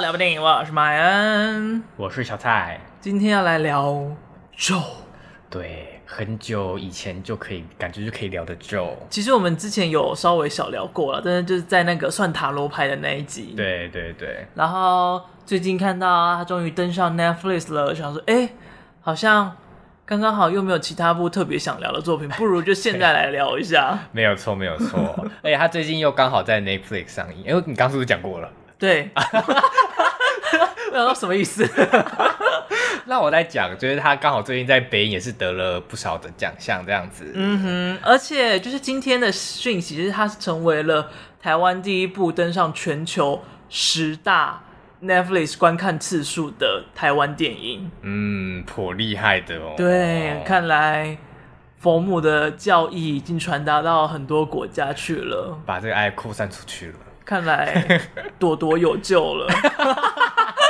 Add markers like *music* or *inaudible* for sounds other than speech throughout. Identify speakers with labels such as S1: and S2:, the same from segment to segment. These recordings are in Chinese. S1: 聊部电影，我是马恩，
S2: 我是小蔡。
S1: 今天要来聊咒。
S2: 对，很久以前就可以，感觉就可以聊的咒。
S1: 其实我们之前有稍微小聊过了，但是就是在那个算塔罗牌的那一集。。
S2: 对对对，
S1: 然后最近看到啊他终于登上 Netflix 了，想说，哎，好像刚刚好又没有其他部特别想聊的作品，不如就现在来聊一
S2: *laughs*
S1: 下。
S2: 没有错没有错。 *laughs* 而且他最近又刚好在 Netflix 上映，因哎为你刚是不是讲过了？
S1: 对。 *laughs* 我想说什么意思？
S2: *laughs* 那我在讲，就是他刚好最近在北影也是得了不少的奖项，这样子。嗯，
S1: 嗯，而且就是今天的讯息，就是它是成为了台湾第一部登上全球十大 Netflix 观看次数的台湾电影。
S2: 哦嗯颇厉害的哦。
S1: 对，
S2: 哦
S1: 看来佛母的教义已经传达到很多国家去了，
S2: 把这个爱扩散出去了。
S1: 看来朵朵有救了。
S2: *laughs*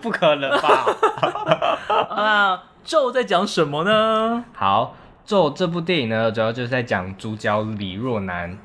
S2: 不可能 *laughs* 吧？
S1: 啊，咒在讲什么呢？
S2: 好，《咒》这部电影呢，主要就是在讲主角李若男，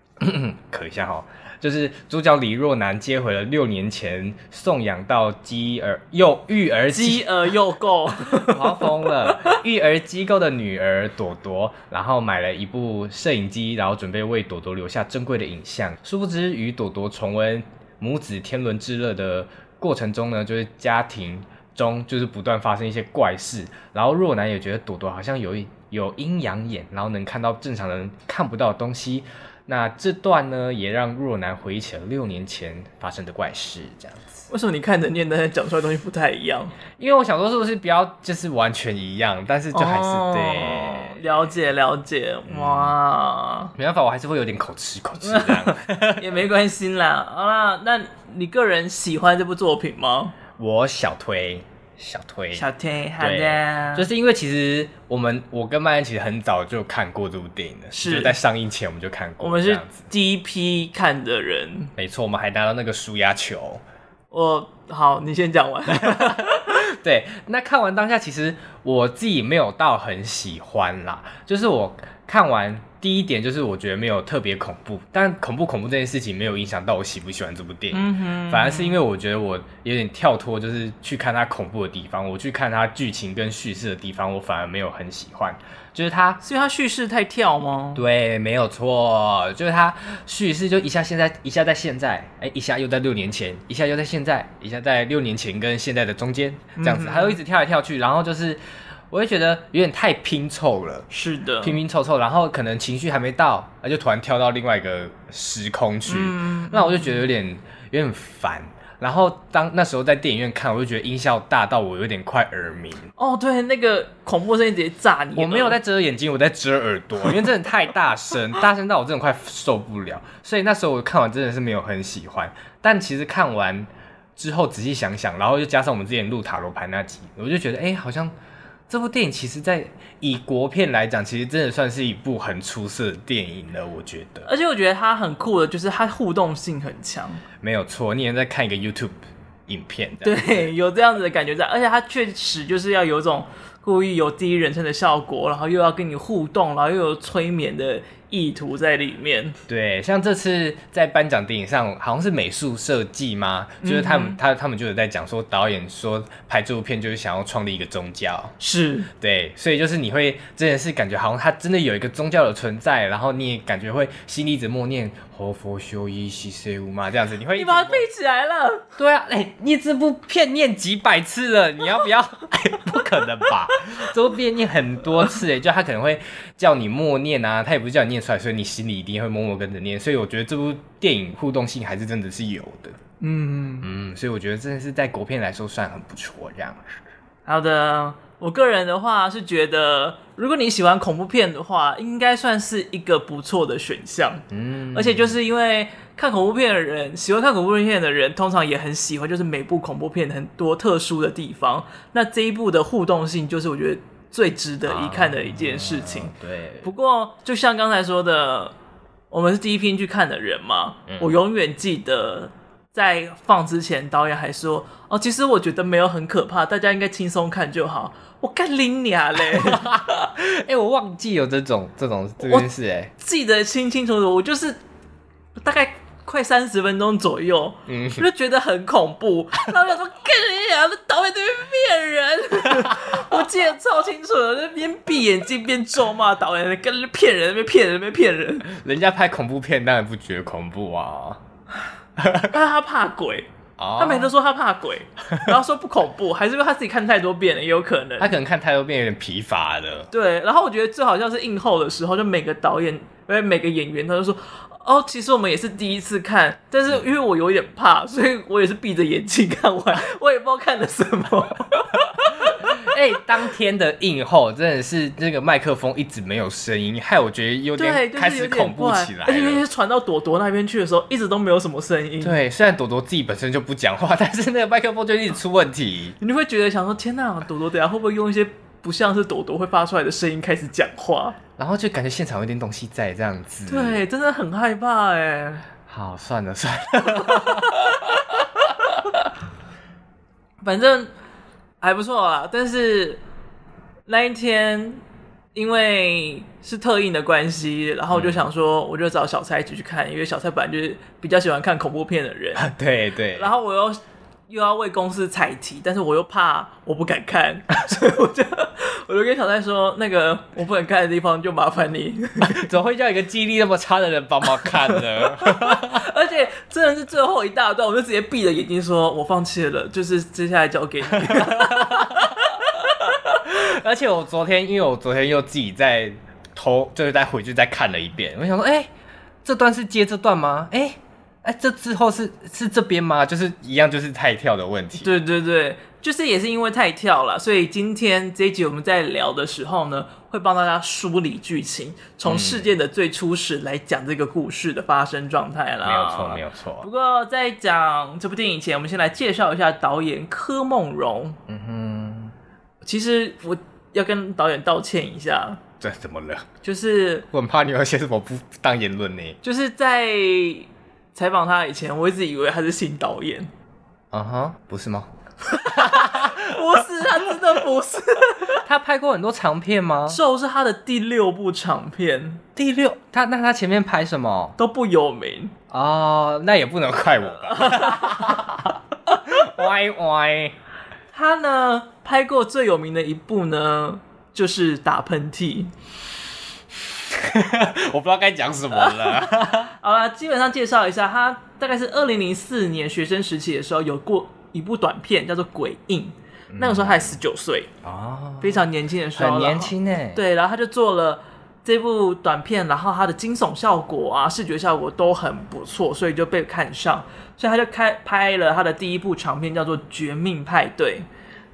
S2: *coughs* 咳一下哈，就是主角李若男接回了六年前送养到鸡儿幼育儿机
S1: 鸡儿又够，
S2: *laughs* 华疯了育儿机构的女儿朵朵，然后买了一部摄影机，然后准备为朵朵留下珍贵的影像。殊不知，与朵朵重温母子天伦之乐的过程中呢，就是家庭中就是不断发生一些怪事。然后若男也觉得朵朵好像有一有阴阳眼，然后能看到正常人看不到的东西。那这段呢，也让若男回忆起了六年前发生的怪事，这样子。
S1: 为什么你看着念的讲出来的东西不太一样？
S2: 因为我想说，是不是不要就是完全一样，但是就还是对。
S1: 哦了解了解，哇，
S2: 没办法，我还是会有点口吃口吃这
S1: *laughs*
S2: 样。
S1: 也没关系啦。好啦，那你个人喜欢这部作品吗？
S2: 我小推，小推，
S1: 小天，好
S2: 对，
S1: 的，
S2: 就是因为其实我们我跟曼恩其实很早就看过这部电影的，
S1: 是
S2: 就在上映前我们就看过，
S1: 我们
S2: 这
S1: 是
S2: 样子。
S1: 第一批看的人。
S2: 没错，我们还拿到那个舒压球。
S1: 我好，你先
S2: *laughs*
S1: 讲完。
S2: 对，那看完当下，其实我自己没有到很喜欢啦。就是我看完第一点，就是我觉得没有特别恐怖，但恐怖恐怖这件事情没有影响到我喜不喜欢这部电影。
S1: 嗯
S2: 反而是因为我觉得我有点跳脱，就是去看它恐怖的地方，我去看它剧情跟叙事的地方，我反而没有很喜欢。就是它，
S1: 是因为它叙事太跳吗？
S2: 对，没有错，就是它叙事就一下现在，一下在现在，哎，一下又在六年前，一下又在现在，一下在六年前跟现在的中间这样子，它又一直跳来跳去，然后就是我会觉得有点太拼凑了。
S1: 是的，
S2: 拼拼凑凑，然后可能情绪还没到，啊，就突然跳到另外一个时空去，
S1: 嗯
S2: 那我就觉得有点有点烦。然后当那时候在电影院看，我就觉得音效大到我有点快耳鸣，
S1: 哦，对，那个恐怖声音直接炸你。
S2: *laughs* 我没有在，遮眼睛，我在遮耳朵，因为真的太大声，大声到我真的快受不了。所以那时候我看完真的是没有很喜欢，但其实看完之后仔细想想，然后又加上我们之前录塔罗牌那集，我就觉得哎、好像这部电影其实在以国片来讲，其实真的算是一部很出色的电影了，我觉得
S1: 而且我觉得它很酷的，就是它互动性很强。
S2: 没有错。你也在看一个 YouTube 影片，这样
S1: 对，有这样子的感觉在，而且它确实就是要有一种故意有第一人称的效果，然后又要跟你互动，然后又有催眠的意图在里面。
S2: 对，像这次在颁奖典礼上，好像是美术设计吗？就是他
S1: 嗯
S2: 们、他他们就有在讲说，导演说拍这部片就是想要创立一个宗教，
S1: 是，
S2: 对，所以就是你会真的是感觉好像他真的有一个宗教的存在，然后你也感觉会心里一直默念活佛修一西塞乌嘛这样子，你会一
S1: 你
S2: 直
S1: 把它
S2: 默
S1: 背起来了。
S2: 对啊，哎、你这部片念几百次了，你要不要？ *laughs* 哎、不可能吧？这部片念很多次、哎，就他可能会叫你默念啊，他也不是叫你念出来，所以你心里一定会默默跟着念。所以我觉得这部电影互动性还是真的是有的，
S1: 嗯，
S2: 嗯，所以我觉得真的是在国片来说算很不错这样子。
S1: 好的。我个人的话是觉得，如果你喜欢恐怖片的话，应该算是一个不错的选项。
S2: 嗯，
S1: 而且就是因为看恐怖片的人，喜欢看恐怖片的人，通常也很喜欢，就是每部恐怖片很多特殊的地方。那这一部的互动性，就是我觉得最值得一看的一件事情。
S2: 对，
S1: 不过，就像刚才说的，我们是第一批去看的人嘛，我永远记得。在放之前，导演还说：“哦，其实我觉得没有很可怕，大家应该轻松看就好。”我干拎你啊嘞！
S2: 哎、我忘记有这种这种这件事、哎，
S1: 记得清清楚楚，我就是大概快三十分钟左右，
S2: 嗯
S1: 我就觉得很恐怖。然后我想说，干你娘的，导演在那边骗人！我记得超清楚的，那边闭眼睛边咒骂导演，跟着骗人，那边骗人，那边骗人。
S2: 人家拍恐怖片当然不觉得恐怖啊。
S1: 但是他怕鬼，
S2: 哦
S1: 他每次都说他怕
S2: *laughs*
S1: 鬼，然后说不恐怖，还是因为他自己看太多遍了，也有可能
S2: 他。可能看太多遍有点疲乏了。
S1: 对，然后我觉得最好笑是映后的时候，就每个导演，因为每个演员，他就说。哦，其实我们也是第一次看，但是
S2: 嗯
S1: 因为我有点怕，所以我也是闭着眼睛看
S2: *laughs*
S1: 完，我也不知道看的什么。
S2: 哎、当天的映后真的是那个麦克风一直没有声音，害我觉得有
S1: 对，
S2: 点
S1: 就是
S2: 开
S1: 有
S2: 始
S1: 点
S2: 恐怖
S1: 怪
S2: 起来
S1: 而且那
S2: 了
S1: 些。传到朵朵那边去的时候，一直都没有什么声音。
S2: 对，虽然朵朵自己本身就不讲话，但 *laughs* 是那个麦克风就一直出问题。
S1: 你会觉得想说，天哪，朵朵等下会不会用一些不像是朵朵会发出来的声音开始讲话？
S2: 然后就感觉现场有点东西在这样子。，
S1: 对，真的很害怕哎、
S2: 好，算了算了，
S1: 反正还不错啦，但是那一天因为是特映的关系，然后我就想说，我就找小蔡一起去看，因为小蔡本来就是比较喜欢看恐怖片的人，
S2: 对对。 *laughs*
S1: 然后我又又要为公司采题，但是我又怕我不敢看， *laughs* 所以我就我就跟小蔡说，那个我不敢看的地方就麻烦你， *laughs*
S2: 怎么会叫一个记忆力那么差的人帮忙看呢？
S1: 而且真的是最后一大段，我就直接闭着眼睛说，我放弃了，就是接下来交给你。
S2: 而且我昨天，因为我昨天又自己在偷，就是再回去再看了一遍，我想说，哎、这段是接这段吗？哎、哎、这之后是是这边吗？就是一样，就是太跳的问题。
S1: 对对对，就是也是因为太跳了，所以今天这一集我们在聊的时候呢，会帮大家梳理剧情，从事
S2: 嗯
S1: 件的最初始来讲这个故事的发生状态啦。
S2: 没有错，没
S1: 有。
S2: 有错
S1: 不。过在讲这部电影前，我们先来介绍一下导演柯梦荣。
S2: 嗯
S1: 其实我要跟导演道歉一下，
S2: 哼，这怎么了？
S1: 就是
S2: 我很怕你有一些什么不不当言论呢。
S1: 就是在采访他以前，我一直以为他是新导演， *laughs*
S2: 啊哈，不是吗？
S1: 不是，他真的不是。 *laughs*
S2: 他拍过很多长片吗？
S1: 咒是他的第六部长片，
S2: 第六，他那他前面拍什么？
S1: 都不有名。
S2: 哦，那也不能怪我吧。 *laughs* 歪歪，
S1: 他呢拍过最有名的一部呢，就是打喷嚏。
S2: *laughs* 我不知道该讲什么了。 *laughs*
S1: 好啦，基本上介绍一下，他大概是二零零四年学生时期的时候有过一部短片叫做《鬼印》，那个时候他才十九岁，
S2: 哦，
S1: 非常年轻的时候，
S2: 嗯很
S1: 然
S2: 年
S1: 后。
S2: 轻哎。，
S1: 对，然后他就做了这部短片，然后它的惊悚效果啊、视觉效果都很不错，所以就被看上，所以他就开拍了他的第一部长片，叫做《绝命派对》。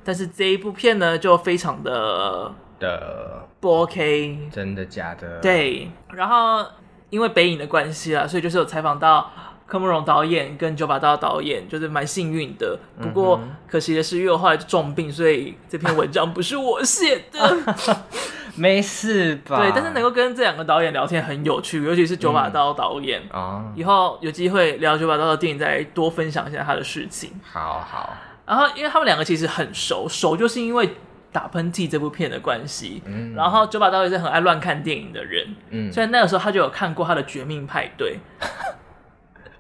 S1: 但是这一部片呢，就非常的
S2: 的，
S1: 不 OK，
S2: 真的假的？，
S1: 对。然后因为北影的关系啦，所以就是有采访到柯梦荣导演跟九把刀导演，就是蛮幸运的。不过可惜的是，因为我后来就重病，所以这篇文章不是我写的。
S2: 没事吧？
S1: 对，但是能够跟这两个导演聊天很有趣，尤其是九把刀导演。
S2: 哦，
S1: 以后有机会聊九把刀的电影，再多分享一下他的事情。
S2: 好好，
S1: 然后，因为他们两个其实很熟，熟就是因为《打喷嚏》这部片的关系。
S2: 嗯
S1: 然后九把刀也是很爱乱看电影的人，
S2: 嗯，
S1: 所以那个时候他就有看过他的《绝命派对》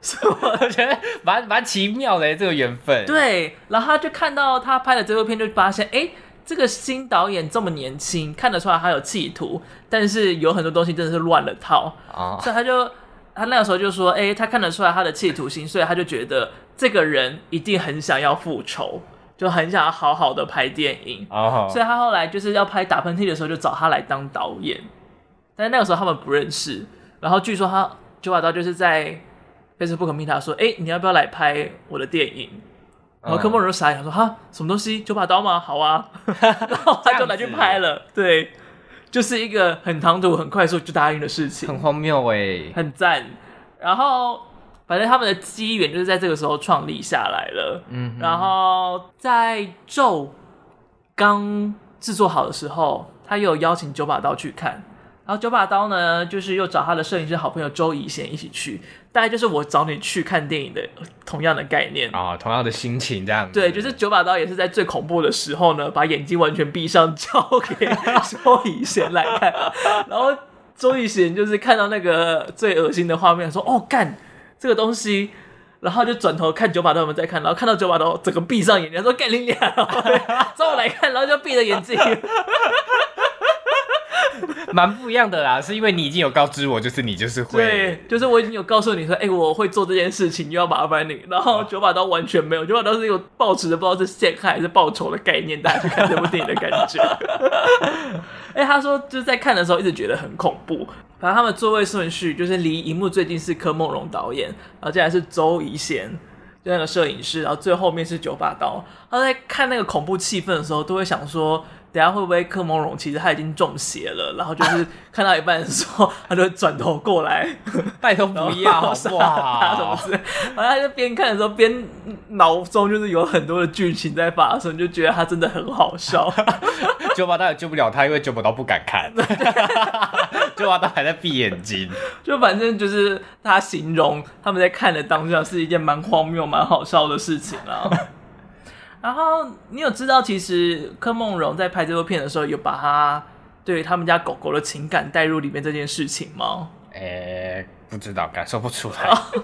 S2: *laughs* 我觉得蛮蛮奇妙的欸这个缘分。，
S1: 对，然后他就看到他拍的这部片，就发现哎。诶这个新导演这么年轻，看得出来他有企图，但是有很多东西真的是乱了套。
S2: 哦，
S1: 所以他就他那个时候就说，哎、他看得出来他的企图心，所以他就觉得这个人一定很想要复仇，就很想要好好的拍电影。
S2: 哦，
S1: 所以他后来就是要拍打喷嚏的时候，就找他来当导演。但是那个时候他们不认识，然后据说他九把刀就是在 Facebook 密他说，哎、你要不要来拍我的电影？然后柯梦
S2: 嗯
S1: 荣就傻眼，想说哈什么东西九把刀吗？好啊，
S2: *laughs*
S1: 然后他就来去拍了。对，就是一个很唐突、很快速就答应的事情，
S2: 很荒谬哎。
S1: 很赞。然后反正他们的机缘就是在这个时候创立下来了。
S2: 嗯哼，
S1: 然后在咒刚制作好的时候，他有邀请九把刀去看。然后九把刀呢，就是又找他的摄影师好朋友周以贤一起去，大概就是我找你去看电影的呃同样的概念。
S2: 啊，同样的心情这样子。
S1: 对，就是九把刀也是在最恐怖的时候呢，把眼睛完全闭上，交给周以贤来看。然后周以贤就是看到那个最恶心的画面，说：“哦，干，这个东西。然后就转头看九把刀有没有在看，然后看到九把刀整个闭上眼睛，说干你娘！ *laughs* 之后我来看，然后就闭着眼睛。
S2: 蛮不一样的啦，是因为你已经有告知我，就是你就是会，
S1: 对，就是我已经有告诉你说，哎、我会做这件事情，又要麻烦你。然后九把刀完全没有，九把刀是有抱持着不知道是陷害还是报仇的概念，大家去看这部电影的感觉。哎、他说就是在看的时候一直觉得很恐怖。反正他们座位顺序就是离荧幕最近是柯梦荣导演，然后接下来是周怡贤，就那个摄影师，然后最后面是九把刀。他在看那个恐怖气氛的时候，都会想说，等一下会不会柯梦荣其实他已经中邪了，然后就是
S2: *laughs*
S1: 看到一半的时候，他就转头过来，
S2: 拜托不要好
S1: 他
S2: 不
S1: 什么
S2: 好？ *laughs*
S1: 之类，然后他就边看的时候边脑中就是有很多的剧情在发生，就觉得他真的很好笑。
S2: 九把刀也救不了他，因为九把刀不敢
S1: *laughs*
S2: 看， *laughs* 九把刀还在闭眼睛。
S1: 就反正就是他形容他们在看的当下是一件蛮荒谬、蛮好笑的事情 *laughs* 啊。然后你有知道，其实柯梦荣在拍这部片的时候，有把他对他们家狗狗的情感带入里面这件事情吗？
S2: 哎、不知道，感受不出来。
S1: 哦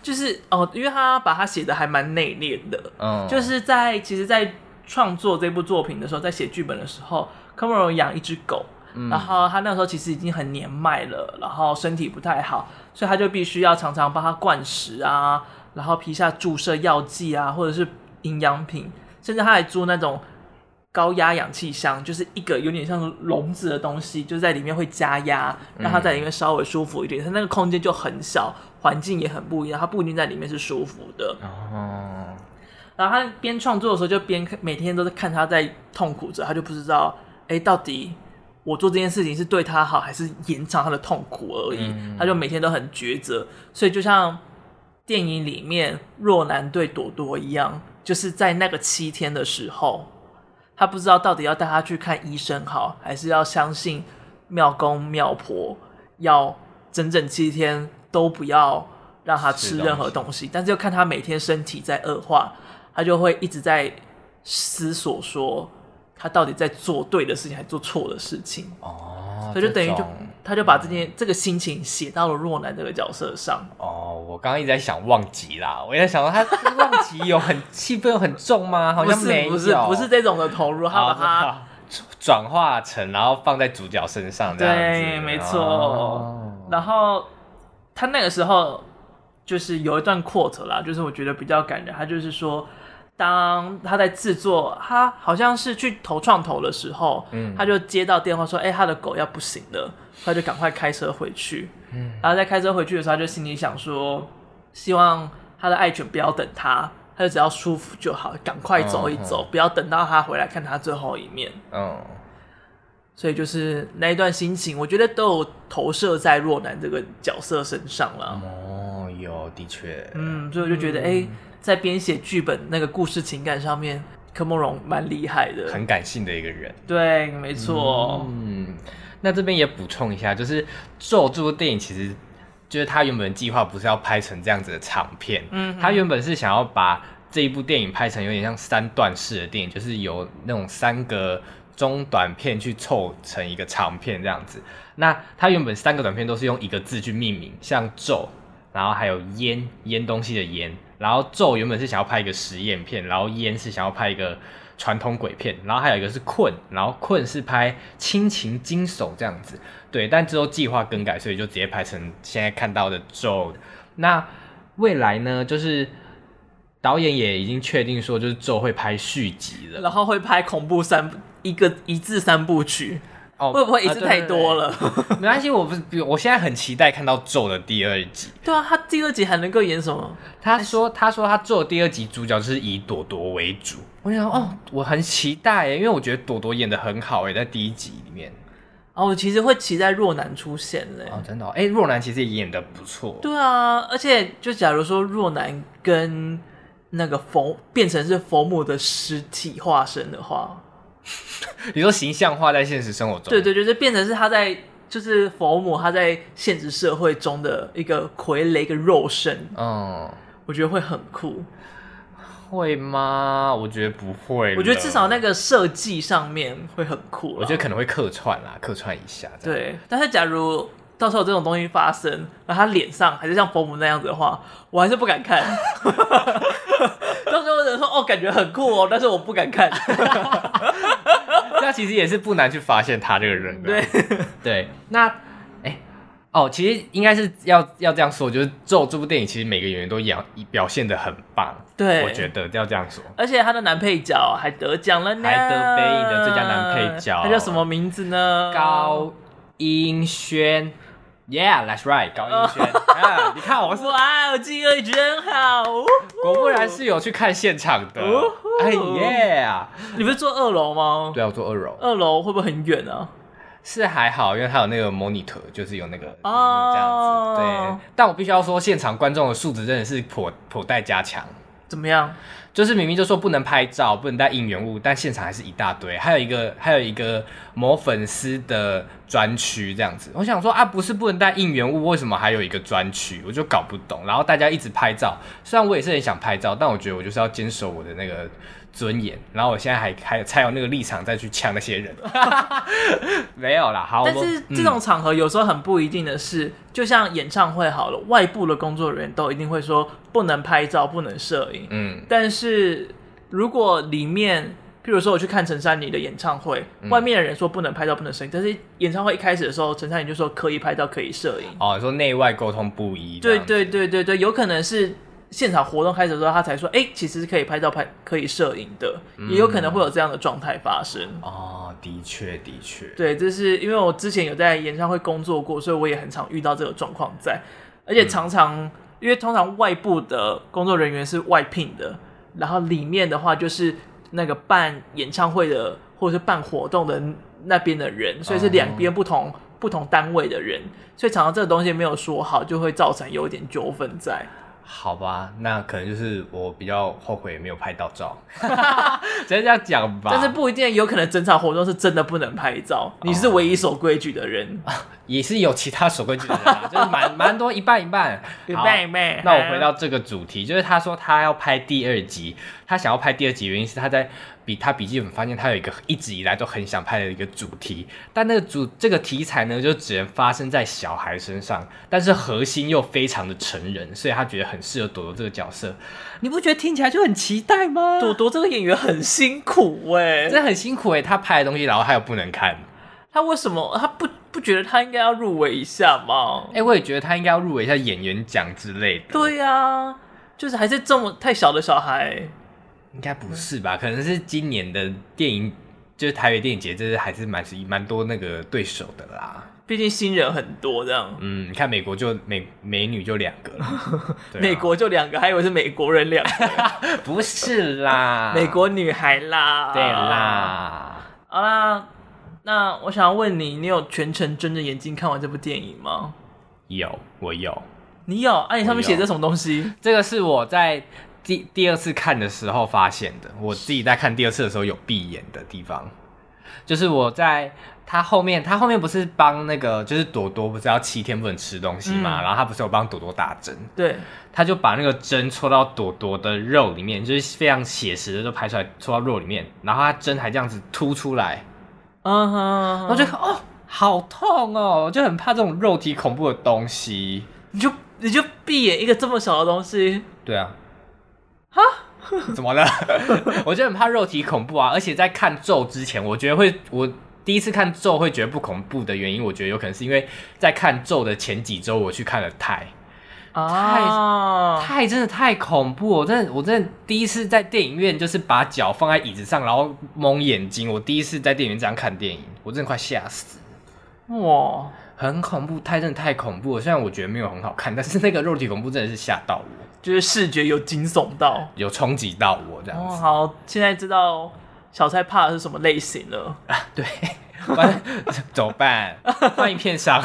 S1: 就是哦，因为他把他写的还蛮内敛的，
S2: 嗯，
S1: 就是在其实，在创作这部作品的时候，在写剧本的时候，科莫罗养一只狗，然后他那时候其实已经很年迈了，然后身体不太好，所以他就必须要常常帮它灌食啊，然后皮下注射药剂啊，或者是营养品，甚至他还租那种。高压氧气箱就是一个有点像笼子的东西，就在里面会加压，让它在里面稍微舒服一点。它那个空间就很小，环境也很不一样，它不一定在里面是舒服的。
S2: 哦，
S1: 然后他边创作的时候，就边看每天都是看他在痛苦着，他就不知道，哎，到底我做这件事情是对他好，还是延长他的痛苦而已。
S2: 嗯
S1: 他就每天都很抉择，所以就像电影里面若男对朵朵一样，就是在那个七天的时候，他不知道到底要带他去看医生好，还是要相信庙公庙婆，要整整七天都不要让他
S2: 吃
S1: 吃
S2: 东西
S1: 任何东西，但是又看他每天身体在恶化，他就会一直在思索说他到底在做对的事情还是做错的事情，
S2: 哦，
S1: 所以就等于
S2: 这
S1: 就
S2: 种
S1: 他就把这嗯件、这个心情写到了若男这个角色上。
S2: 哦，我刚刚一直在想忘记啦，我也在想说他 *laughs* 忘记有很气氛有很重吗？好
S1: 不
S2: 像
S1: 是
S2: 没有，
S1: 不是不是这种的投入，他把它
S2: 好转化成，然后放在主角身上这样子，
S1: 对，没错。
S2: 哦
S1: 然后他那个时候就是有一段 quote 啦，就是我觉得比较感人。他就是说，当他在制作，他好像是去投创投的时候，
S2: 嗯
S1: 他就接到电话说，哎、他的狗要不行了，他就赶快开车回去。
S2: 嗯
S1: 然后在开车回去的时候，他就心里想说，希望他的爱犬不要等他。他就只要舒服就好，赶快走一走，不要等到他回来看他最后一面。
S2: 嗯，
S1: 所以就是那一段心情，我觉得都有投射在若男这个角色身上了。
S2: 哦，有的确，
S1: 嗯，所以我就觉得，哎、在编写剧本那个故事情感上面，柯梦荣蛮厉害的。
S2: 很感性的一个人。
S1: 对，没错。
S2: 嗯，那这边也补充一下，就是《咒》这部电影其实。就是他原本计划不是要拍成这样子的长片，
S1: 嗯哼
S2: 他原本是想要把这一部电影拍成有点像三段式的电影，就是由那种三个中短片去凑成一个长片这样子。那他原本三个短片都是用一个字去命名，像咒，然后还有烟烟东西的烟，然后咒原本是想要拍一个实验片，然后烟是想要拍一个传统鬼片，然后还有一个是困，然后困是拍亲情惊悚这样子。对，但之后计划更改，所以就直接拍成现在看到的咒。那未来呢，就是导演也已经确定说，就是咒会拍续集了。
S1: 然后会拍恐怖三一个一至三部曲，
S2: 哦
S1: 会不会一次太多？
S2: 啊
S1: 了？
S2: 对对对没关系，我不是，我现在很期待看到咒的第二集。
S1: *laughs* 对啊，他第二集还能够演什么？
S2: 他说，他说他做第二集主角就是以朵朵为主。我想，哦，我很期待耶，因为我觉得朵朵演的很好诶，在第一集里面。
S1: 啊，我其实会期待若男出现嘞、
S2: 哦，真的、哦，哎，若男其实也演的不错。
S1: 对啊，而且就假如说若男跟那个佛变成是佛母的实体化身的话，
S2: 你说形象化在现实生活中，
S1: 对对，就是变成是他在就是佛母他在现实社会中的一个傀儡一个肉身，
S2: 嗯，
S1: 我觉得会很酷。
S2: 会吗？我觉得不会。
S1: 我觉得至少，那个设计上面会很酷啦。
S2: 我觉得可能会客串啦，客串一下。，
S1: 对，但是假如到时候有这种东西发生，然后他脸上还是像佛母那样子的话，我还是不敢看。到时候有人说哦，感觉很酷哦，但是我不敢看。
S2: 那其实也是不难去发现他这个人的。
S1: 对，
S2: 对，那哎、哦，其实应该是要要这样说，就是《咒》这部电影，其实每个演员都演表现的很棒。
S1: 对
S2: 我觉得要这样说。
S1: 而且他的男配角还得奖了呢，
S2: 还得北影的最佳男配角
S1: 他叫什么名字呢？
S2: 高音轩，Yeah，that's right，高音
S1: *laughs*
S2: 轩。啊，你看我是
S1: 哇，我记忆力真好。哦
S2: 果不然是有去看现场的
S1: 哦。
S2: 哎耶！
S1: 你不是坐二楼吗？
S2: 对啊，我做二柔
S1: 二楼会不会很远啊？
S2: 是还好，因为它有那个 monitor，就是有那个屏幕
S1: 哦
S2: 这样子。对，但我必须要说，现场观众的素质真的是颇颇待加强。
S1: 怎么样？
S2: 就是明明就说不能拍照，不能带应援物，但现场还是一大堆。还有一个，还有一个某粉丝的专区这样子。我想说啊，不是不能带应援物，为什么还有一个专区？我就搞不懂。然后大家一直拍照，虽然我也是很想拍照，但我觉得我就是要坚守我的那个尊严。然后我现在还还才有那个立场再去呛那
S1: *laughs*
S2: 些人。 *laughs* 没有啦，好，
S1: 但
S2: 我
S1: 是
S2: 嗯
S1: 这种场合有时候很不一定的是，就像演唱会好了，外部的工作人员都一定会说不能拍照、不能摄影。
S2: 嗯
S1: 但是如果里面，譬如说我去看陈珊妮的演唱会，
S2: 嗯
S1: 外面的人说不能拍照、不能摄影，但是演唱会一开始的时候，陈珊妮就说可以拍照、可以摄影。
S2: 哦，你说内外沟通不一，这
S1: 对
S2: 样子
S1: 对对对对，有可能是现场活动开始的时候，他才说，哎、其实是可以拍照、拍可以摄影的，也有可
S2: 嗯
S1: 能会有这样的状态发生。
S2: 哦，的确的确，
S1: 对，这是因为我之前有在演唱会工作过，所以我也很常遇到这个状况在，而
S2: 嗯
S1: 且常常、因为通常外部的工作人员是外聘的，然后里面的话就是那个办演唱会的或者是办活动的那边的人，所以是两
S2: 哦
S1: 边不同、不同单位的人，所以常常这个东西没有说好，就会造成有一点纠纷在。
S2: 好吧，那可能就是我比较后悔没有拍到 *laughs* 照，直接这样讲吧。
S1: 但是不一定，有可能整场活动是真的不能拍照，你是
S2: 哦
S1: 唯一守规矩的人。
S2: 也是有其他守规矩的人啊、 *laughs* 就是蛮蛮多一半一半。
S1: 一
S2: 好
S1: 半一半
S2: 那我回到这个主题，就是他说他要拍第二集，他想要拍第二集，原因是他在笔他笔记本发现他有一个一直以来都很想拍的一个主题，但那个主这个题材呢，就只能发生在小孩身上，但是核心又非常的成人，所以他觉得很适合朵朵这个角色。你不觉得听起来就很期待吗？
S1: 朵朵这个演员很辛苦哎、
S2: *laughs* 真的很辛苦哎、他拍的东西，然后他又不能看。
S1: 他为什么他不不觉得他应该要入围一下吗
S2: 哎、？我也觉得他应该要入围一下演员奖之类的。，
S1: 对呀、就是还是这么太小的小孩，
S2: 应该不是吧？可能是今年的电影，就是台北电影节，这是还是蛮蛮多那个对手的啦。
S1: 毕竟新人很多这样。
S2: 嗯，你看美国就美美女就两 *laughs* 个了，对啊
S1: 美国就两个，还以为是美国人两个，
S2: 不是 *laughs* 啦，
S1: 美国女孩啊啦。
S2: 对。啦。
S1: 好啦，那我想要问你，你有全程睁着眼睛看完这部电影吗？
S2: 有，我有，
S1: 你有？啊，你上面写着什么东西？
S2: 这个是我在第第二次看的时候发现的，我自己在看第二次的时候有闭眼的地方，就是我在他后面，他后面不是帮那个就是朵朵不是要七天不能吃东西嘛，
S1: 嗯
S2: 然后他不是有帮朵朵打针，
S1: 对，
S2: 他就把那个针戳到朵朵的肉里面，就是非常写实的就拍出来戳到肉里面，然后他针还这样子凸出来，
S1: 嗯哼，
S2: 然后就看哦。好痛哦！我就很怕这种肉体恐怖的东西。
S1: 你就你就闭眼一个这么小的东西，
S2: 对啊，哈，怎么了？ *laughs* 我就很怕肉体恐怖啊，而且在看咒之前，我觉得会我。第一次看咒会觉得不恐怖的原因，我觉得有可能是因为在看咒的前几周，我去看了泰
S1: 啊，
S2: 泰，真的太恐怖了！我真的我真的第一次在电影院就是把脚放在椅子上，然后蒙眼睛。我第一次在电影院这样看电影，我真的快吓死，
S1: 哇，
S2: 很恐怖，泰真的太恐怖了。虽然我觉得没有很好看，但是那个肉体恐怖真的是吓到我，
S1: 就是视觉有惊悚到。
S2: 有冲击到我这样
S1: 哦，
S2: 子。
S1: 好，现在知道小蔡怕的是什么类型了。
S2: 对，完怎么办？换一片伤。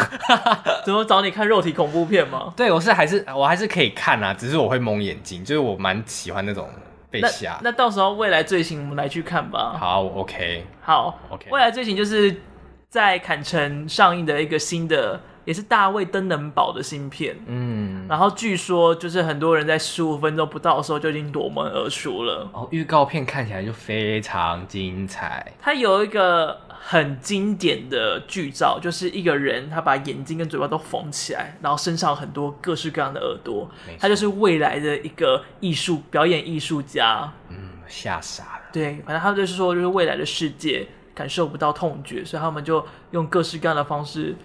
S1: 怎么找你看肉体恐怖片吗？
S2: 对我是还是我还是可以看啊，只是我会蒙眼睛，就是我蛮喜欢那种被
S1: 那
S2: 吓。
S1: 那到时候未来罪行我们来去看吧。
S2: 好我，OK，
S1: 好
S2: OK
S1: 未来罪行就是在坎城上映的一个新的，也是大卫登能堡的新片。
S2: 嗯，
S1: 然后据说就是很多人在十五分钟不到的时候就已经夺门而出了。
S2: 哦，预告片看起来就非常精彩。
S1: 它有一个很经典的剧照，就是一个人他把眼睛跟嘴巴都缝起来，然后身上很多各式各样的耳朵
S2: 没错，
S1: 他就是未来的一个艺术表演艺术家。
S2: 嗯，吓傻了。
S1: 对，反正他们就是说，就是未来的世界感受不到痛觉，所以他们就用各式各样的方式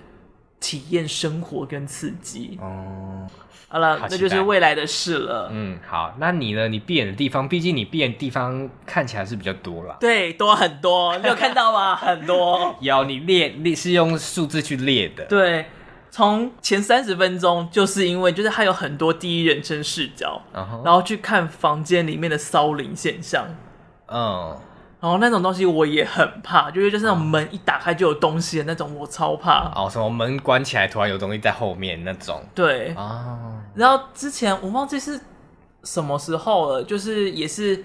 S1: 体验生活跟刺激。
S2: 哦，
S1: 好了
S2: 好，
S1: 那
S2: 期
S1: 就是
S2: 待
S1: 未来的事了。
S2: 嗯，好，那你呢？你闭眼的地方，毕竟你闭眼地方看起来是比较多啦。
S1: 对，多很多，你有看到
S2: *laughs*
S1: 吗？很多。
S2: 有，你列列是用数字去列的。
S1: 对，从前三十分钟就是因为就是它有很多第一人称视角，
S2: 然后，
S1: 然后去看房间里面的骚灵现象，
S2: 嗯，
S1: 然后那种东西我也很怕，就是就是那种门一打开就有东西的那种，我超怕。
S2: 哦，什么门关起来，突然有东西在后面那种。
S1: 对，
S2: 哦，
S1: 然后之前我忘记是什么时候了，就是也是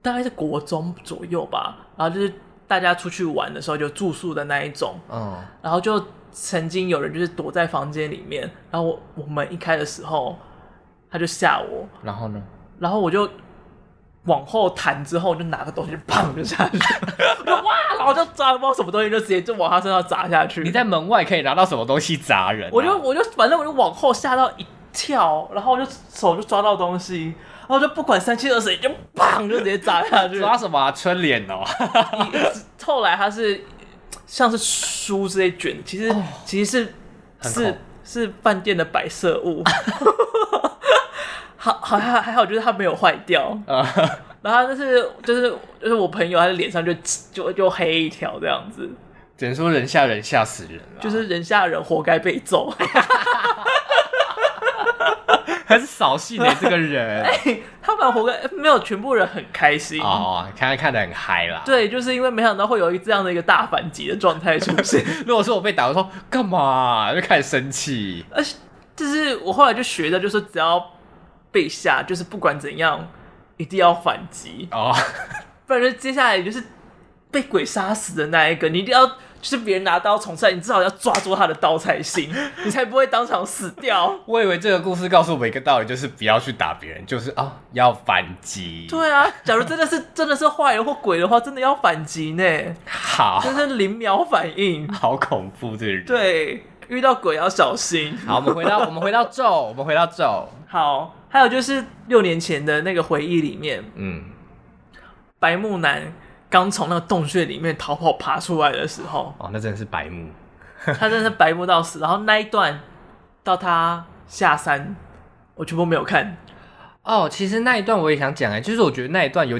S1: 大概是国中左右吧，然后就是大家出去玩的时候就住宿的那一种，
S2: 嗯，
S1: 然后就曾经有人就是躲在房间里面，然后我我门一开的时候，他就吓我，
S2: 然后呢？
S1: 然后我就往后弹之后，我就拿个东西砰就下去，我
S2: *laughs*
S1: 就哇，然后就抓不知道什么东西，就直接就往他身上砸下去。
S2: 你在门外可以拿到什么东西砸人啊、
S1: 我就我就反正我就往后吓到一跳，然后我就手就抓到东西，然后就不管三七二十一，就砰就直接砸下去。
S2: 抓什么、啊、春联哦？
S1: 后来他是像是书之类卷，其实、其实是
S2: 哦很
S1: 是
S2: 恐
S1: 是饭店的摆设物。 *laughs* 好好还好还好，就是它没有坏掉。
S2: 啊，
S1: 然后他就是就是就是我朋友，他的脸上就就就黑一条这样子，
S2: *laughs* 只能说人吓人吓死人 *laughs* 了、
S1: 就是人吓人，活该被
S2: *laughs*
S1: 揍。
S2: 还是扫兴的这个 *laughs* 人
S1: 他们活该没有全部人很开心。
S2: 哦，看他看得很嗨啦。，
S1: 对，就是因为没想到会有一这样的一个大反击的状态出现，
S2: 如果说我被打，我说干嘛？就开始生气。
S1: 而且就是我后来就学的，就是只要被吓，就是不管怎样一定要反击，
S2: 哦，
S1: 不然就接下来就是被鬼杀死的那一个，你一定要就是别人拿刀从上，你至少要抓住他的刀才行，你才不会当场死掉。
S2: 我以为这个故事告诉我们一个道理，就是不要去打别人，就是哦要反击。，
S1: 对啊，假如真的是真的是坏人或鬼的话，真的要反击呢，
S2: 好，
S1: 就是零秒反应。
S2: 好恐怖这个
S1: *laughs*
S2: 人。，
S1: 对，遇到鬼要小心。
S2: 好，我们回到我们回到咒，我们回到咒。
S1: 好，还有就是六年前的那个回忆里面，
S2: 嗯，，
S1: 白木男刚从那个洞穴里面逃跑爬出来的时候
S2: 哦，那真的是白目。
S1: 他真的是白目到死。然后那一段到他下山，我全部没有看。
S2: 哦，其实那一段我也想讲哎，就是我觉得那一段有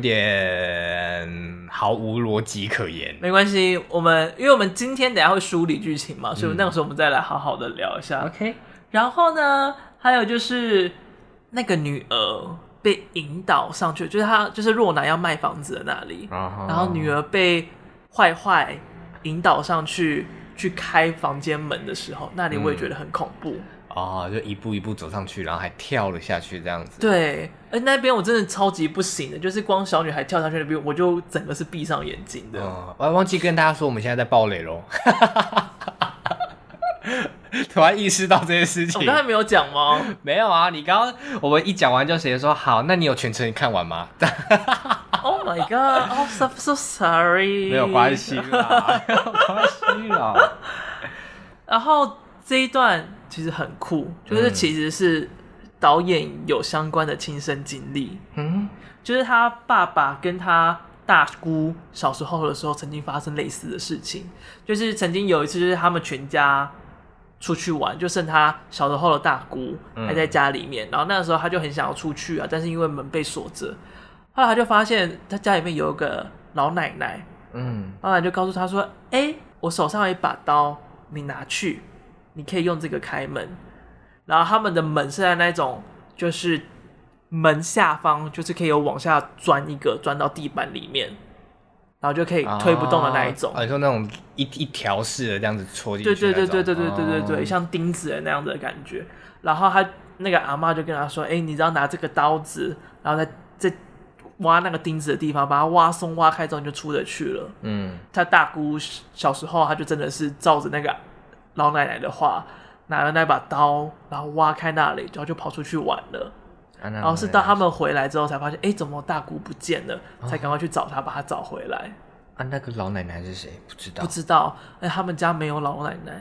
S2: 点毫无逻辑可言。
S1: 没关系，我们因为我们今天等一下会梳理剧情嘛，所以那个时候我们再来好好的聊一下。
S2: OK，
S1: 然后呢，还有就是那个女儿被引导上去，就是她就是若男要卖房子的那
S2: 哦
S1: 里，然
S2: 然
S1: 后女儿被坏坏引导上去去开房间门的时候，那里我也觉得很恐怖。
S2: 哦，就一步一步走上去，然后还跳了下去这样子。
S1: 对，而那边我真的超级不行的，就是光小女孩跳上去那边，我就整个是闭上眼睛的。
S2: 哦，我还忘记跟大家说，我们现在在暴雷喽。 *laughs* 突然意识到这件事
S1: 我
S2: 情
S1: 刚，才没有讲
S2: *laughs*
S1: 吗？
S2: 没有啊！你刚刚我们一讲完就直接说好，那你有全程看完吗？
S1: Oh my god! Oh, so so sorry.
S2: 没有关。系啦，没有关系啦。
S1: 然后这一段其实很酷，就是
S2: 嗯
S1: 其实是导演有相关的亲身经历，
S2: *laughs* 嗯，
S1: 就是他爸爸跟他大姑小时候的时候曾经发生类似的事情，就是曾经有一次，就是他们全家出去玩，就剩他小时候的大姑
S2: 嗯
S1: 还在家里面，然后那个时候他就很想要出去啊，但是因为门被锁着，后来他就发现他家里面有一个老奶奶，
S2: 嗯，
S1: 老奶奶就告诉他说：“哎、我手上有一把刀，你拿去，你可以用这个开门。”然后他们的门是在那种，就是门下方，就是可以有往下钻一个，钻到地板里面，然后就可以推不动的那一种。
S2: 啊，你说那种一一条式的这样子戳进去
S1: 对
S2: 那种，
S1: 对对对对对对对对，
S2: 哦
S1: 像钉子的那样的感觉。然后他那个阿妈就跟他说：“哎、你只要拿这个刀子，然后再再挖那个钉子的地方，把它挖松挖开之后，你就出得去了。”
S2: 嗯，
S1: 他大姑小时候，他就真的是照着那个老奶奶的话，拿了那把刀，然后挖开那里，然后就跑出去玩了。
S2: 然
S1: 然后是到他们回来之后，才发现，哎、怎么大姑不见了？才赶快去找她，把她找回来。
S2: 啊，那个老奶奶是谁？不知道
S1: 不。知道，哎，他们家没有老奶奶，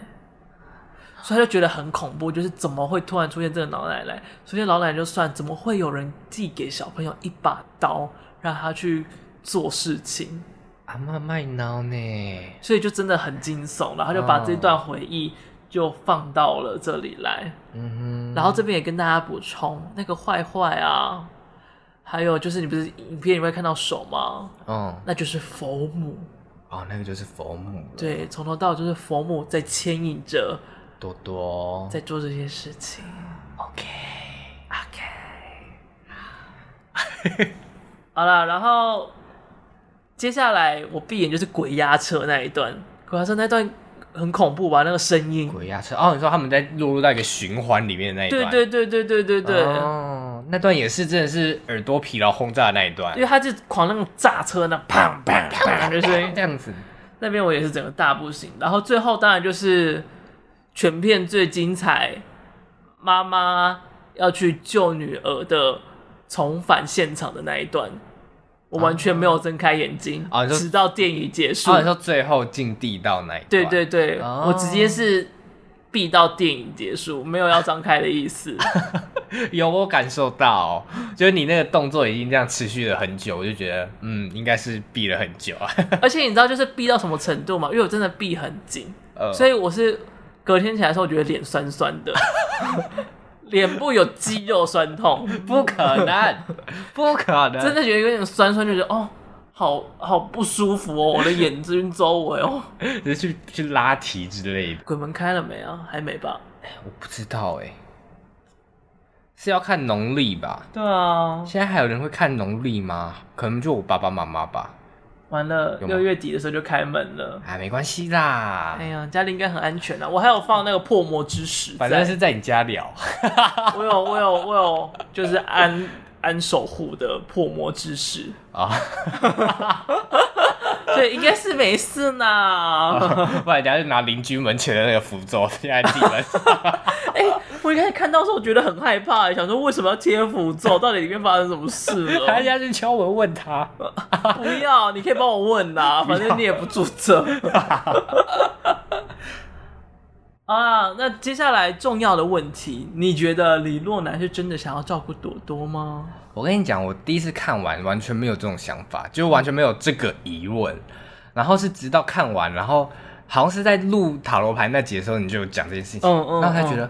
S1: 所以他就觉得很恐怖，就是怎么会突然出现这个老奶奶？出现老奶奶就算，怎么会有人递给小朋友一把刀，让他去做事情？
S2: 阿妈卖脑呢？
S1: 所以就真的很惊悚了，他就把这段回忆就放到了这里来。
S2: 嗯哼，
S1: 然后这边也跟大家补充，那个坏坏啊，还有就是你不是影片里面会看到手吗？
S2: 哦
S1: 那就是佛母，
S2: 哦，那个就是佛母了
S1: 对，从头到尾就是佛母在牵引着，
S2: 多多。
S1: 在做这些事情。
S2: OK，
S1: OK，好 *laughs* 了，然后接下来我闭眼就是鬼压车那一段，鬼压车那段很恐怖吧？那个声音，
S2: 鬼压车哦，你说他们在落入到一个循环里面的那一
S1: 对
S2: 段，
S1: 对对对对对对，
S2: 哦，那段也是真的是耳朵疲劳轰炸的那一段
S1: 因为，他就狂那种炸车那砰砰砰的声音，
S2: *laughs* 这样子。
S1: 那边我也是整个大不行。然后最后当然就是全片最精彩，妈妈要去救女儿的重返现场的那一段，我完全没有睁开眼睛，
S2: 啊你说
S1: 直到电影结束。
S2: 哦，你说最后进地道那一段，
S1: 对对对，
S2: 哦
S1: 我直接是闭到电影结束，没有要张开的意
S2: *laughs*
S1: 思。
S2: 有我感受到，就是你那个动作已经这样持续了很久，我就觉得，嗯，应该是闭了很久啊。 *laughs*
S1: 而且你知道就是闭到什么程度吗？因为我真的闭很紧，
S2: 呃
S1: 所以我是隔天起来的时候，我觉得脸酸酸
S2: *laughs*
S1: 的，脸部有肌肉酸痛。
S2: 不可能， *laughs* 不可能，
S1: 真的觉得有点酸酸，就觉得哦，好好不舒服哦，我的眼睛周围
S2: *laughs*
S1: 哦。
S2: 只是去去拉提之类的，
S1: 鬼门开了没啊？还没吧？
S2: 我不知道哎、是要看农历吧？
S1: 对啊，
S2: 现在还有人会看农历吗？可能就我爸爸妈妈吧。
S1: 完了，
S2: 有吗
S1: 六月底的时候就开门了。
S2: 啊，没关系啦
S1: 哎，呀，家里应该很安全啊啦。我还有放那个破魔之石在，
S2: 反正是在你家聊。
S1: *laughs* 我有我有我有，就是安安守护的破魔之石，
S2: 啊， *laughs*
S1: 所以应该是没事
S2: *laughs*
S1: 呢。
S2: 不然人家就拿邻居门前的那个符咒贴在地门 *laughs* 上。
S1: *laughs* 哎、我一开始看到的时候觉得很害怕、想说为什么要贴符 *laughs* 咒？到底里面发生什么事了？
S2: 他家去敲门问他，
S1: 不要，你可以帮我问啦，反正你也不住这。 *laughs* 啊，那接下来重要的问题，你觉得李若男是真的想要照顾朵朵吗？
S2: 我跟你讲，我第一次看完完全没有这种想法，就完全没有这个疑问。然后是直到看完，然后好像是在录塔罗牌那集的时候，你就有讲这件事情，
S1: 嗯嗯
S2: 然后才觉得，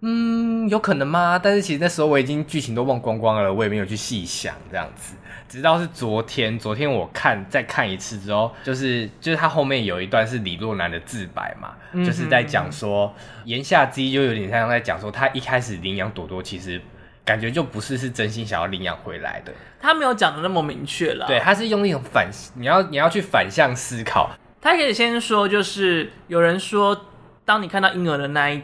S2: 嗯，有可能吗？但是其实那时候我已经剧情都忘光光了，我也没有去细想这样子。直到是昨天，昨天我看再看一次之后，就是就是他后面有一段是李若男的自白嘛，
S1: 嗯
S2: 就是在讲说言下之意就有点像在讲说他一开始领养朵朵其实。感觉就不是是真心想要领养回来的，
S1: 他没有讲的那么明确啦。
S2: 对，，他是用那种反，你要你要去反向思考，
S1: 他可以先说，就是有人说，当你看到婴儿的那一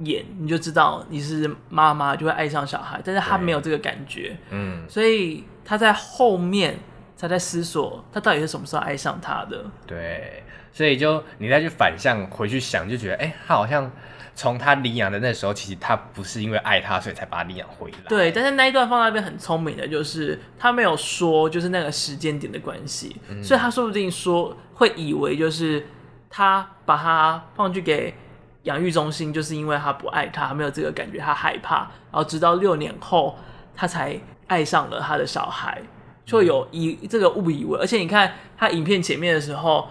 S1: 眼，你就知道你是妈妈，就会爱上小孩，但是他
S2: 对
S1: 没有这个感觉，
S2: 嗯，
S1: 所以他在后面才在思索，他到底是什么时候爱上他的。
S2: 对，所以就你再去反向回去想，就觉得，哎、他好像从他领养的那时候，其实他不是因为爱他，所以才把他领养回来，，
S1: 对，但是那一段放在那边很聪明的，就是他没有说就是那个时间点的关系，所以他说不定说会以为就是他把他放去给养育中心，就是因为他不爱他，没有这个感觉，他害怕，然后直到六年后他才爱上了他的小孩，就有以这个误以为，而且你看他影片前面的时候，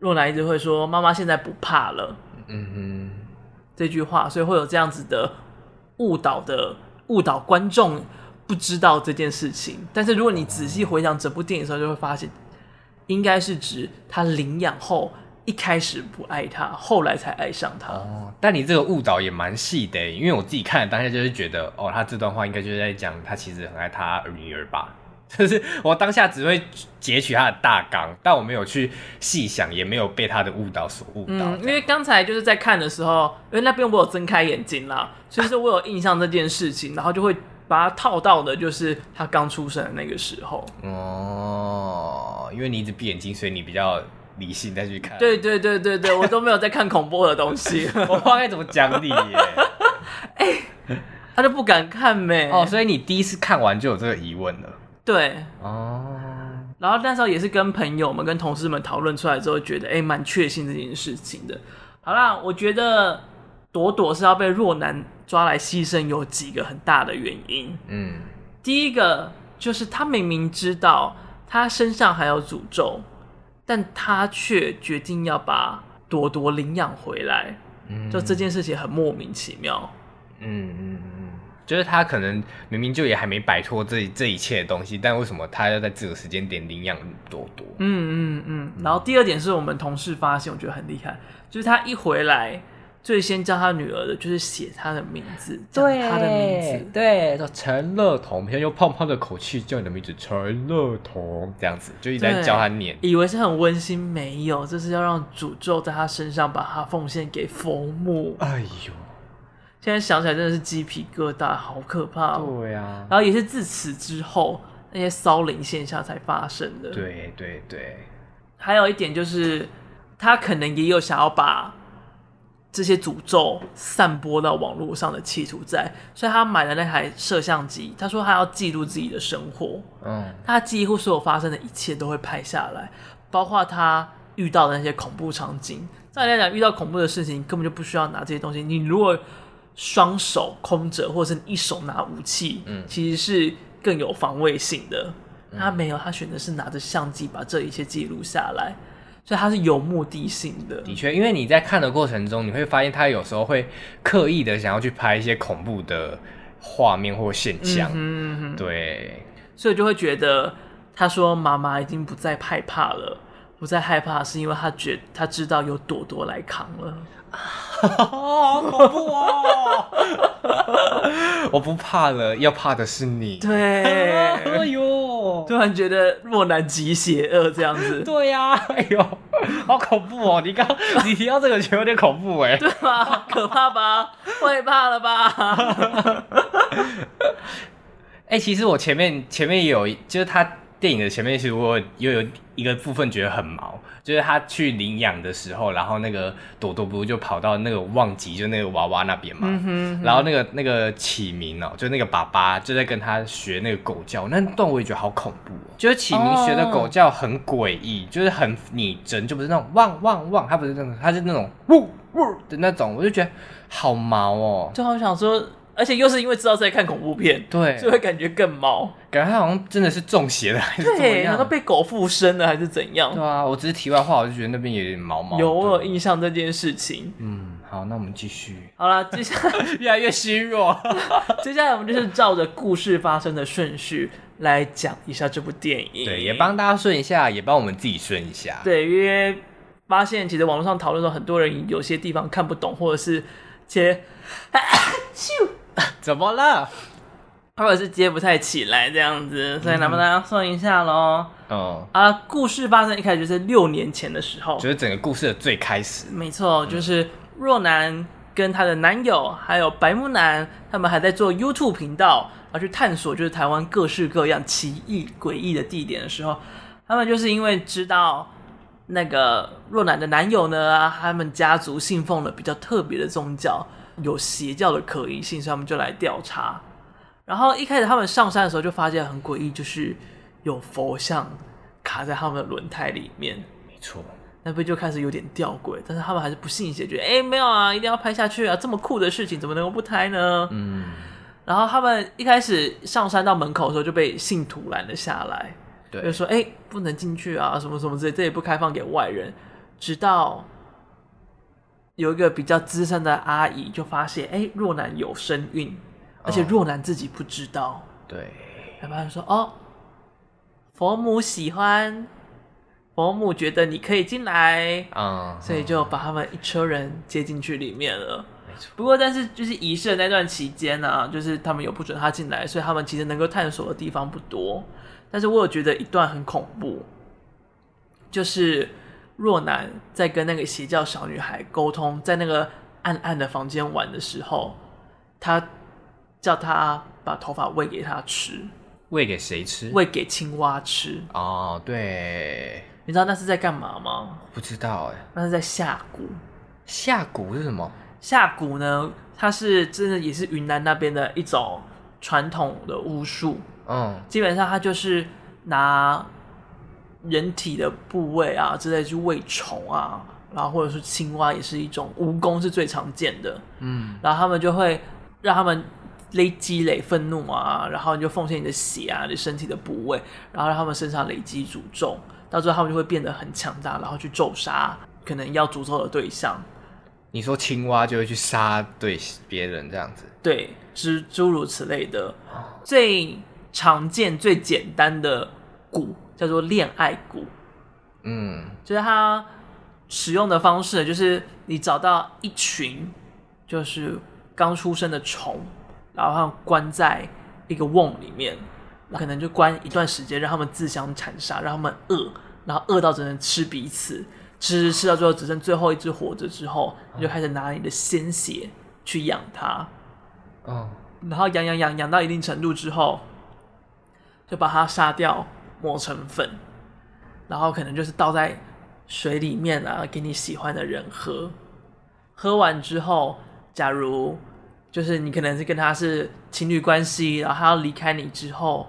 S1: 若男一直会说妈妈现在不怕了。
S2: 嗯
S1: 这句话，所以会有这样子的误导的误导观众不知道这件事情。但是如果你仔细回想整部电影的时候，就会发现，应该是指他领养后一开始不爱他，后来才爱上
S2: 哼，
S1: 他。
S2: 哦，但你这个误导也蛮细的耶，因为我自己看了当下就是觉得，哦，他这段话应该就是在讲他其实很爱他女儿吧。 *laughs* 就是我当下只会截取他的大纲，但我没有去细想，也没有被他的误导所误导这样。
S1: 嗯，因为刚才就是在看的时候，因为那边我有睁开眼睛 *laughs* 啦，所以说我有印象这件事情，然后就会把它套到的就是他刚出生的那个时候。
S2: 哦，因为你一直闭眼睛，所以你比较理性再去看。
S1: 对，对对对对，我都没有在看恐怖的东 *laughs* 西，
S2: *laughs* 我不知道该怎么讲你耶。
S1: 他就不敢看呗。
S2: 哦哦，所以你第一次看完就有这个疑问了。
S1: 对，
S2: 哦，
S1: 然后那时候也是跟朋友们、跟同事们讨论出来之后，觉得哎，蛮确信这件事情的。好啦，我觉得朵朵是要被若男抓来牺牲，有几个很大的原因。
S2: 嗯
S1: 第一个就是他明明知道他身上还有诅咒，但他却决定要把朵朵领养回来，
S2: 嗯，
S1: 就这件事情很莫名其妙。
S2: 嗯嗯嗯，就是他可能明明就也还没摆脱这这一切的东西，但为什么他要在这个时间点领养朵朵？
S1: 嗯嗯嗯。然后第二点是我们同事发现，我觉得很厉害，就是他一回来。最先叫他女儿的就是写他的名字，讲他的名字，
S2: 对，说陈乐彤，平常用胖胖的口气叫你的名字陈乐彤，这样子就一直在
S1: 对
S2: 教他念。
S1: 以为是很温馨，没有，这是要让诅咒在他身上把他奉献给佛母。
S2: 哎
S1: 现在想起来真的是鸡皮疙瘩，好可怕、哦。
S2: 呦，对啊，
S1: 然后也是自此之后，那些骚灵现象才发生的。，
S2: 对对对，
S1: 还有一点就是，他可能也有想要把这些诅咒散播到网络上的企图在，所以他买了那台摄像机，他说他要记录自己的生活，
S2: 嗯
S1: 他几乎所有发生的一切都会拍下来，包括他遇到的那些恐怖场景。照理来讲，遇到恐怖的事情根本就不需要拿这些东西。你如果双手空着，或者是你一手拿武器，
S2: 嗯
S1: 其实是更有防卫性的。他没有，他选的是拿着相机把这一切记录下来，所以他是有目的性的。
S2: 的确，因为你在看的过程中，你会发现他有时候会刻意的想要去拍一些恐怖的画面或现象，
S1: 嗯哼，
S2: 对，
S1: 所以就会觉得，他说妈妈已经不再害怕了，不再害怕是因为他觉他知道有朵朵来扛了。
S2: *laughs* 好恐怖哦！ *laughs* 我不怕了，要怕的是你。哎
S1: 对，
S2: 呦，
S1: 突然觉得若男极邪恶这样子，
S2: *laughs* 对呀、哎呦，好恐怖哦！你 *laughs* 刚你提到这个，觉得有点恐怖哎。
S1: 对吧？可怕吧？会怕了吧？
S2: 哎、其实我前面前面有，就是他电影的前面，其实我又有一个部分觉得很毛，就是他去领养的时候，然后那个朵朵不就跑到那个旺吉，就那个娃娃那边
S1: 嗯
S2: 嘛，然后那个那个启明哦，就那个爸爸就在跟他学那个狗叫，那段我也觉得好恐怖哦。就是启明学的
S1: 哦
S2: 狗叫很诡异，就是很拟真，就不是那种汪汪汪，他不是那种，他是那种呜呜的那种，我就觉得好毛哦。
S1: 就好想说，而且又是因为知道在看恐怖片，
S2: 对，
S1: 就会感觉更毛。
S2: 感觉他好像真的是中邪了，还是怎么
S1: 对，难
S2: 样
S1: 道？被狗附身了还是怎样
S2: 对？啊，我只是题外话，我就觉得那边有点毛毛的。
S1: 有我有印象这件事情。
S2: 嗯，好，那我们继续。
S1: 好了，接下
S2: *laughs* 越来越虚弱。
S1: 接下来我们就是照着故事发生的顺序来讲一下这部电影。
S2: 对，也帮大家顺一下，也帮我们自己顺一下。，
S1: 对，因为发现其实网络上讨论的时候，很多人有些地方看不懂，或者是接
S2: 怎么了？
S1: 或者是接不太起来这样子，所以能不能算一下喽？
S2: 嗯，
S1: 啊，故事发生一开始就是六年前的时候
S2: 就，是整个故事的最开始。
S1: 没错，就是若男跟她的男友还有白木男，他们还在做 YouTube 频道，然后去探索就是台湾各式各样奇异诡异的地点的时候，他们就是因为知道那个若男的男友呢，他们家族信奉了比较特别的宗教，有邪教的可疑性，所以他们就来调查。然后一开始他们上山的时候就发现很诡异，就是有佛像卡在他们的轮胎里面。
S2: 没错，
S1: 那边就开始有点吊诡，但是他们还是不信邪，觉得哎、诶没有啊，一定要拍下去啊，这么酷的事情怎么能够不拍呢？
S2: 嗯，
S1: 然后他们一开始上山到门口的时候就被信徒拦了下来，
S2: 对，
S1: 就说哎、诶不能进去啊，什么什么之类，这也不开放给外人。直到有一个比较资深的阿姨就发现，哎、若男有身孕，而且
S2: 哦
S1: 若男自己不知道，
S2: 对，
S1: 然后他就说哦，佛母喜欢，佛母觉得你可以进来。
S2: 嗯，
S1: 所以就把他们一车人接进去里面了。
S2: 没错，
S1: 不过，但是就是仪式的那段期间呢、就是他们有不准他进来，所以他们其实能够探索的地方不多。但是我有觉得一段很恐怖，就是若男在跟那个邪教小女孩沟通，在那个暗暗的房间玩的时候，他叫她把头发喂给他吃，
S2: 喂给谁吃？
S1: 喂给青蛙吃。
S2: 哦，对，
S1: 你知道那是在干嘛吗？
S2: 不知道哎。
S1: 那是在下蛊。
S2: 下蛊是什么？
S1: 下蛊呢，它是真的也是云南那边的一种传统的巫术，
S2: 嗯
S1: 基本上它就是拿人体的部位啊之类去喂虫啊，然后或者是青蛙也是一种，蜈蚣是最常见的，
S2: 嗯，
S1: 然后他们就会让他们累积累愤怒啊，然后你就奉献你的血啊，你身体的部位，然后让他们身上累积诅咒，到最后他们就会变得很强大，然后去咒杀可能要诅咒的对象，
S2: 你说青蛙就会去杀对别人这样子，
S1: 对，之诸如此类的，最常见、最简单的蛊叫做恋爱蛊，
S2: 嗯，
S1: 就是它使用的方式，就是你找到一群就是刚出生的虫，然后它们关在一个瓮里面，可能就关一段时间，让它们自相残杀，让它们饿，然后饿到只能吃彼此，吃吃吃到最后只剩最后一只活着之后，你就开始拿你的鲜血去养它，
S2: 哦，
S1: 然后养养养养到一定程度之后，就把它杀掉，磨成粉，然后可能就是倒在水里面啊，给你喜欢的人喝。喝完之后，假如就是你可能是跟他是情侣关系，然后他要离开你之后，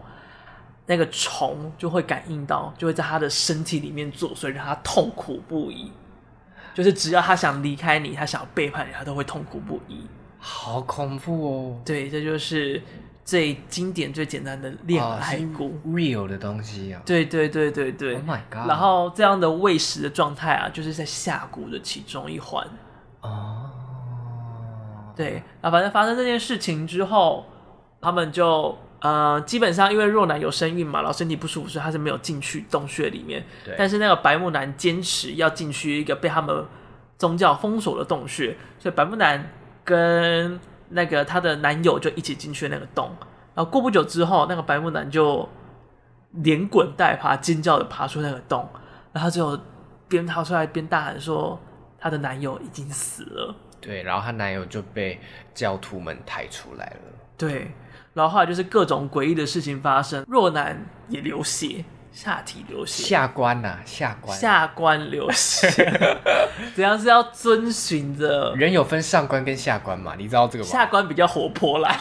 S1: 那个虫就会感应到，就会在他的身体里面作祟，让他痛苦不已。就是只要他想离开你，他想要背叛你，他都会痛苦不已。
S2: 好恐怖哦，
S1: 对，这就是最经典、最简单的恋
S2: 哦
S1: 爱
S2: 是
S1: 蛊。
S2: real 的东西啊、
S1: 对对对对对。
S2: ，Oh my god，
S1: 然后这样的喂食的状态啊，就是在下蛊的其中一环。
S2: 哦，
S1: 对，啊，反正发生这件事情之后，他们就呃，基本上因为若男有身孕嘛，然后身体不舒服，所以他是没有进去洞穴里面。
S2: 对
S1: 但是那个白木男坚持要进去一个被他们宗教封锁的洞穴，所以白木男跟那个他的男友就一起进去那个洞。然后过不久之后，那个白木男就连滚带爬、尖叫的爬出那个洞，然后他就边逃出来边大喊说：“她的男友已经死了。”
S2: 对，然后她男友就被教徒们抬出来了。
S1: 对，然后后来就是各种诡异的事情发生，若男也流血，下体流血，
S2: 下官呐、下官，
S1: 下关流血，怎样是要遵循着
S2: 人有分上官跟下官嘛，你知道这个
S1: *laughs*
S2: 吗？
S1: 下关比较活泼啦，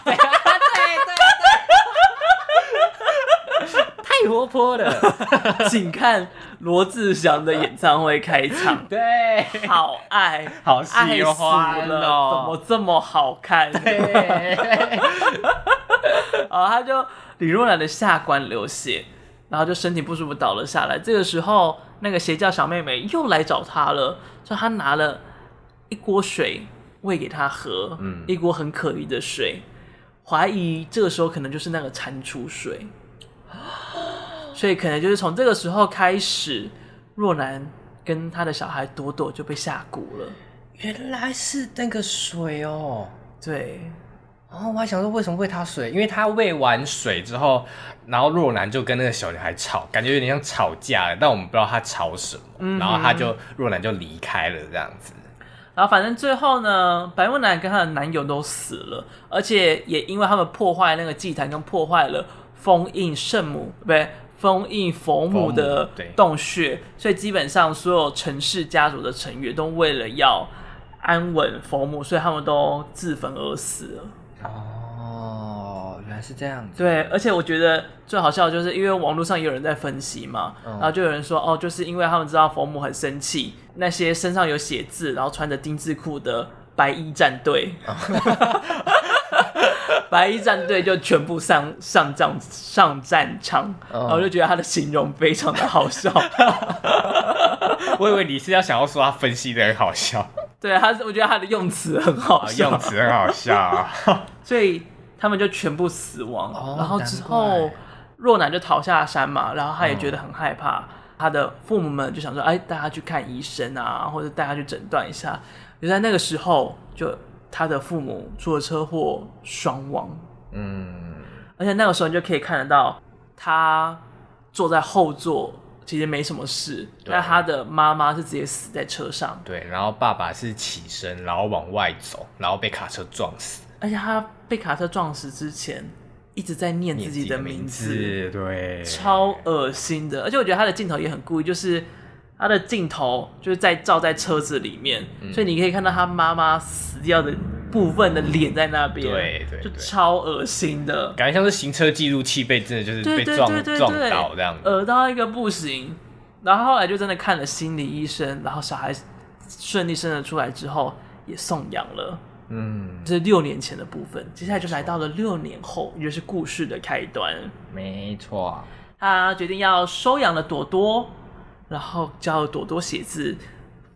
S2: 太活泼了，。
S1: *laughs* 请看罗志祥的演唱会开场 *laughs*
S2: *laughs* 对，
S1: 好爱，
S2: 好
S1: 爱
S2: 喜
S1: 死
S2: 欢
S1: 了，怎么
S2: 哦。
S1: 这么好看？
S2: 对
S1: 啊，他就李若男的下关流血，然后就身体不舒服倒了下来。这个时候，那个邪教小妹妹又来找他了，所以他拿了一锅水喂给他喝，
S2: 嗯
S1: 一锅很可疑的水，怀疑这个时候可能就是那个蟾蜍水，所以可能就是从这个时候开始，若男跟他的小孩朵朵就被下蛊了。
S2: *laughs* 原来是那个水哦。
S1: 对，
S2: 哦，我还想说为什么喂她水，因为她喂完水之后，然后若男就跟那个小女孩吵，感觉有点像吵架了，但我们不知道她吵什么，
S1: 嗯哼
S2: 然后她就若男就离开了这样子。
S1: 然后反正最后呢，白木兰跟她的男友都死了，而且也因为他们破坏那个祭坛，跟破坏了封印圣母，不对，封印佛母的
S2: 佛母对
S1: 洞穴，所以基本上所有陈氏家族的成员都为了要安稳佛母，所以他们都自焚而死了。
S2: 哦，原来是这样子。
S1: 对，而且我觉得最好笑的就是，因为网络上也有人在分析嘛，
S2: 嗯
S1: 然后就有人说，哦，就是因为他们知道佛母很生气，那些身上有血渍，然后穿着丁字裤的白衣战队，
S2: 哦
S1: *laughs* 白衣战队就全部上上战上战场，
S2: 嗯
S1: 然后就觉得他的形容非常的好
S2: *laughs*
S1: 笑。
S2: 我以为你是要想要说他分析的很好笑，
S1: 对，他是我觉得他的用词很好
S2: 啊，
S1: 笑，
S2: 用词很好笑
S1: *laughs*
S2: 啊。
S1: 所以他们就全部死亡。
S2: 哦
S1: 然后之
S2: 难
S1: 后
S2: 怪，
S1: 若男就逃下山嘛，然后他也觉得很害怕。他的父母们就想说：“哎，带他去看医生啊，或者带他去诊断一下。”就在那个时候，就他的父母出了车祸双亡，
S2: 嗯，
S1: 而且那个时候你就可以看得到他坐在后座。其实没什么事，
S2: 对
S1: 但他的妈妈是直接死在车上，
S2: 对。然后爸爸是起身，然后往外走，然后被卡车撞死。
S1: 而且他被卡车撞死之前一直在念自己的名字，
S2: 字，对，
S1: 超恶心的，而且我觉得他的镜头也很故意，就是他的镜头就是在照在车子里面，
S2: 嗯
S1: 所以你可以看到他妈妈死掉的部分的脸在那边，
S2: 对对对
S1: 就超恶心的，
S2: 感觉像是行车记录器被真的就是
S1: 对
S2: 被
S1: 对
S2: 撞
S1: 对对
S2: 撞
S1: 对，呃
S2: 到这样子。
S1: 恶到一个不行。然后后来就真的看了心理医生，然后小孩顺利生了出来之后也送养了。
S2: 嗯，
S1: 这是六年前的部分，接下来就来到了六年后，也就是故事的开端。
S2: 没错，
S1: 他决定要收养了朵朵，然后教朵朵写字，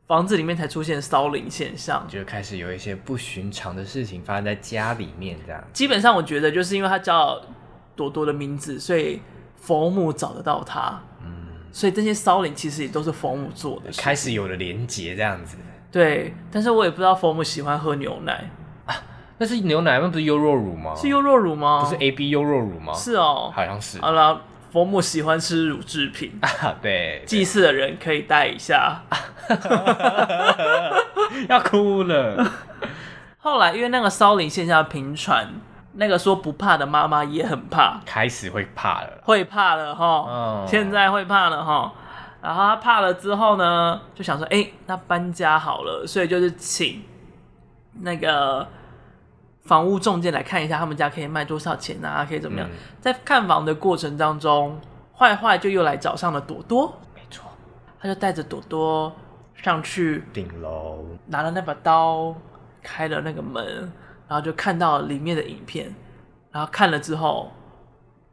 S1: 房子里面才出现骚灵现象。
S2: 就开始有一些不寻常的事情发生在家里面，这样。
S1: 基本上我觉得就是因为他叫朵朵的名字，所以佛母找得到他，
S2: 嗯，
S1: 所以这些骚灵其实也都是佛母做的。
S2: 开始有了连结这样子。
S1: 对，但是我也不知道佛母喜欢喝牛奶，
S2: 那是牛奶，那不是优酪乳吗？
S1: 是优酪乳吗？
S2: 哦不是 A B 优酪乳吗？
S1: 是哦。
S2: 好像是
S1: 好了，佛母喜欢吃乳制品，
S2: 啊， *laughs* 对，
S1: 祭祀的人可以带一下。
S2: 要哭了。
S1: 后来因为那个骚灵现象频传，那个说不怕的妈妈也很怕，
S2: 开始会怕了啦，
S1: 会怕了哈，
S2: 嗯，
S1: 现在会怕了哈。然后她怕了之后呢，就想说，哎、那搬家好了，所以就是请那个房屋中介来看一下他们家可以卖多少钱啊，可以怎么样。
S2: 嗯
S1: 在看房的过程当中，坏坏就又来找上了朵朵，
S2: 没错，
S1: 他就带着朵朵上去
S2: 顶楼，
S1: 拿了那把刀，开了那个门，然后就看到里面的影片，然后看了之后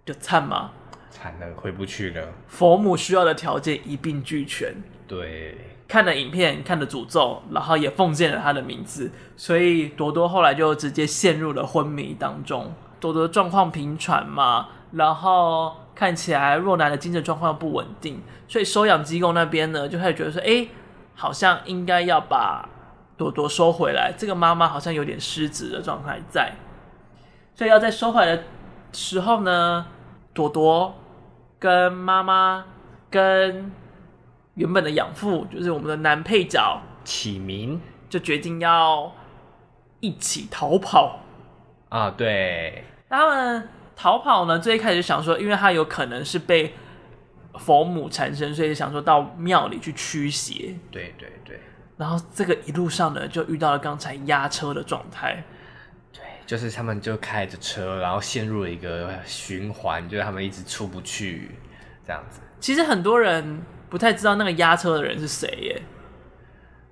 S1: 就惨嘛，
S2: 惨了，回不去了。
S1: 佛母需要的条件一并俱全。
S2: 对，
S1: 看了影片，看了诅咒，然后也奉献了他的名字，所以朵朵后来就直接陷入了昏迷当中。朵朵状况频传嘛，然后看起来若男的精神状况不稳定，所以收养机构那边呢就开始觉得说，哎，好像应该要把朵朵收回来，这个妈妈好像有点失职的状态在，所以要在收回来的时候呢，朵朵跟妈妈跟原本的养父，就是我们的男配角，
S2: 起名
S1: 就决定要一起逃跑。
S2: 啊，对，
S1: 那他们逃跑呢，最一开始想说，因为他有可能是被佛母缠身，所以想说到庙里去驱邪。
S2: 对对对
S1: 然后这个一路上呢，就遇到了刚才压车的状态。
S2: 对，就是他们就开着车，然后陷入了一个循环，就是他们一直出不去，这样子。
S1: 其实很多人不太知道那个压车的人是谁耶。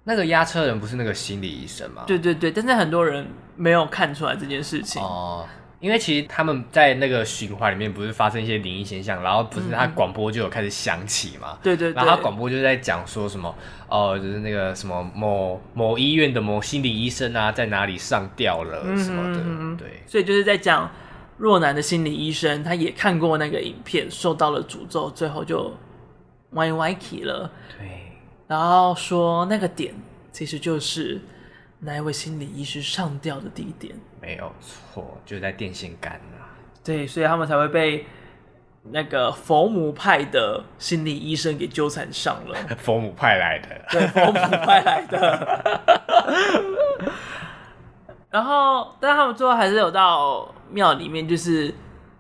S2: 那个压车人不是那个心理医生吗？
S1: 对对对，但是很多人没有看出来这件事情。
S2: 哦。因为其实他们在那个循环里面不是发生一些灵异现象，然后不是他广播就有开始响起嘛，
S1: 对对对，
S2: 然后他广播就在讲说什么，哦，就是那个什么某某医院的某心理医生啊，在哪里上吊了
S1: 嗯
S2: 什么的，
S1: 嗯嗯
S2: 对，
S1: 所以就是在讲若男的心理医生，他也看过那个影片，受到了诅咒，最后就歪歪起了。
S2: 对，
S1: 然后说那个点其实就是那一位心理医师上吊的地点，
S2: 没有错，就在电线杆啊， *laughs*
S1: 对，所以他们才会被那个佛母派的心理医生给纠缠上了。
S2: 佛母派来的，
S1: 对， *laughs* 佛母派来的。 *laughs* 然后，但他们最后还是有到庙里面，就是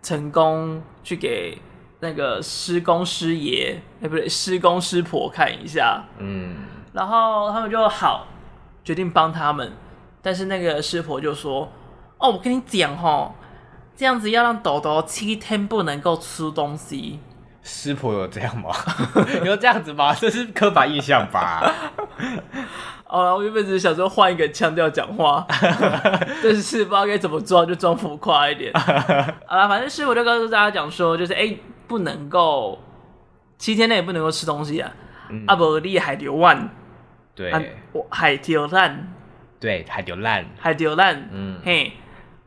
S1: 成功去给那个师公师爷，哎、不对，师公师婆看一下。
S2: 嗯，
S1: 然后他们就好决定帮他们，但是那个师婆就说：“哦，我跟你讲哦，这样子要让豆豆七天不能够吃东西。”
S2: 师婆有
S1: *laughs*
S2: 这样吗？有这样子吗？这是刻板印
S1: *laughs*
S2: 象吧？
S1: 哦，然后我原本只是想说换一个腔调讲
S2: *laughs*
S1: 话， *laughs* 但是不知道该怎么装，就装浮夸
S2: *laughs*
S1: 一点。好了，反正师傅就告诉大家讲说，就是哎、不能够七天内不能够吃东西啊，
S2: 嗯
S1: 啊不，你海流万，
S2: 对、
S1: 啊我海流烂，
S2: 对，还流烂，
S1: 海流烂，
S2: 嗯
S1: 嘿，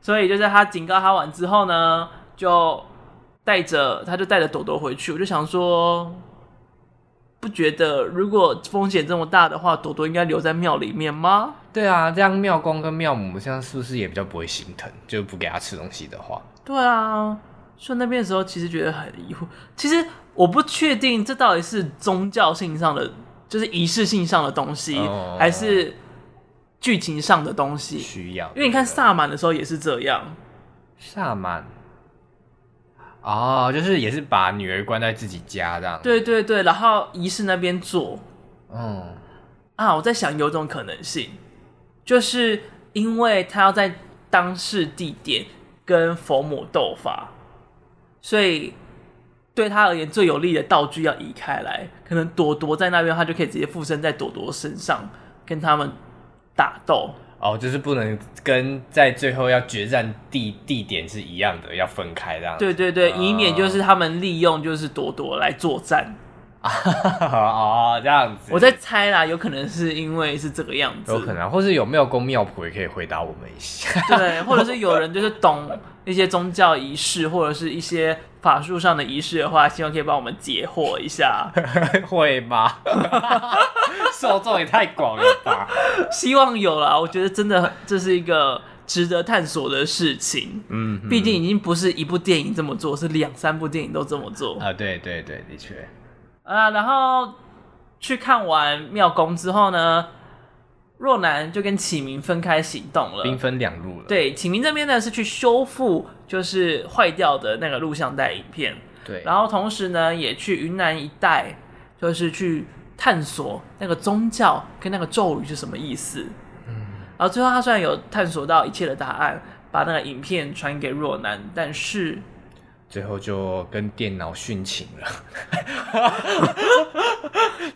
S1: 所以就是他警告他完之后呢，就带着他就带着朵朵回去，我就想说。不觉得如果风险这么大的话，朵朵应该留在庙里面吗？
S2: 对啊，这样庙公跟庙母这样是不是也比较不会心疼？就不给他吃东西的话，
S1: 对啊，所以那边的时候其实觉得很疑惑。其实我不确定这到底是宗教性上的，就是仪式性上的东西，
S2: 哦
S1: 还是剧情上的东西。
S2: 需要，
S1: 因为你看
S2: 对不对
S1: 萨满的时候也是这样，
S2: 萨满。哦，就是也是把女儿关在自己家这样。，
S1: 对对对，然后仪式那边做
S2: 嗯，
S1: 啊，我在想有种可能性，就是因为他要在当事地点跟佛母斗法，所以对他而言最有利的道具要移开来，可能朵朵在那边，他就可以直接附身在朵朵身上，跟他们打斗。
S2: 哦，就是不能跟在最后要决战地地点是一样的，要分开这样子。
S1: 对对对，
S2: 哦
S1: 以免就是他们利用就是朵朵来作战。
S2: *laughs* 哦，这样子。
S1: 我在猜啦，有可能是因为是这个样子，
S2: 有可能，或是有庙公庙婆也可以回答我们
S1: *laughs*
S2: 一下。
S1: 对，或者是有人就是懂一些宗教仪式或者是一些法术上的仪式的话，希望可以帮我们解惑一
S2: *laughs*
S1: 下。
S2: 会
S1: *laughs*
S2: 吗？ *laughs* 受众也太广了吧？
S1: 希望有啦，我觉得真的这是一个值得探索的事情。
S2: 嗯
S1: 毕竟已经不是一部电影这么做，是两三部电影都这么做
S2: 啊，对对对，的确。
S1: 啊。然后去看完庙公之后呢，若男就跟启明分开行动了。
S2: 兵分两路了。
S1: 对，启明这边呢是去修复就是坏掉的那个录像带影片，
S2: 对，
S1: 然后同时呢也去云南一带，就是去探索那个宗教跟那个咒语是什么意思。然后最后他虽然有探索到一切的答案，把那个影片传给若男，但是
S2: 最后就跟电脑殉情了，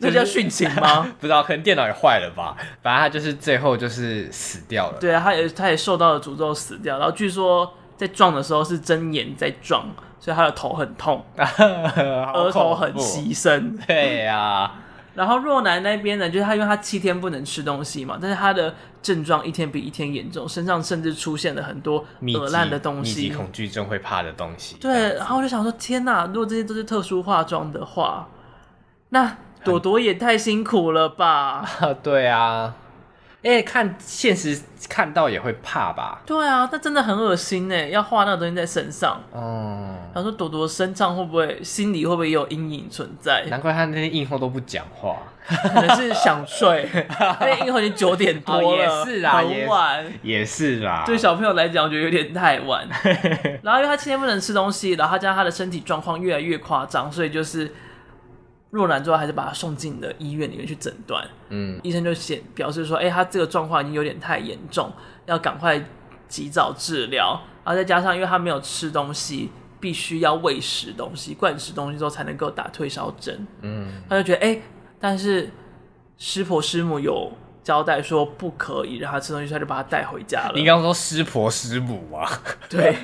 S1: 这叫殉情吗？
S2: *laughs*
S1: *laughs*
S2: 不知道可能电脑也坏了吧，反正他就是最后就是死掉 *laughs* 了。
S1: 对啊，他也他也受到了诅咒死掉。然后据说在撞的时候是睁眼在撞，所以他的头很痛，额
S2: 额
S1: 头很。牺牲。
S2: 哦对呀、啊，
S1: 然后若男那边呢，就是他因为他七天不能吃东西嘛，但是他的症状一天比一天严重，身上甚至出现了很多
S2: 密
S1: 恶
S2: 集
S1: 烂的东
S2: 密集
S1: 西。
S2: 恐惧症会怕的东西。这
S1: 对，
S2: 样
S1: 然后我就想说，天哪！如果这些都是特殊化妆的话，那朵朵也太辛苦了吧？
S2: 啊， *laughs* 对啊，哎、看现实看到也会怕吧？
S1: 对啊，那真的很恶心呢，要画那个东西在身上。
S2: 哦、
S1: 想说朵朵身上会不会心里会不会也有阴影存在？
S2: 难怪他那天映后都不讲话。
S1: 可能是想
S2: *laughs*
S1: 睡，因为因为已经九点多
S2: 哦也
S1: 了，
S2: 是啊也
S1: 很
S2: 是
S1: 晚。
S2: 也是啦，
S1: 对小朋友来讲，我觉得有点太晚。然后因为他七天不能吃东西，然后加上他的身体状况越来越夸张，所以就是若男最后还是把他送进了医院里面去诊断。
S2: 嗯，
S1: 医生就显表示说，哎、他这个状况已经有点太严重，要赶快及早治疗。然后再加上因为他没有吃东西，必须要喂食东西、灌食东西之后才能够打退烧针。
S2: 嗯，
S1: 他就觉得，哎、但是师婆师母有交代说不可以让他吃东西，所以他就把他带回家了。
S2: 你刚刚说师婆师母啊，
S1: *laughs* 对，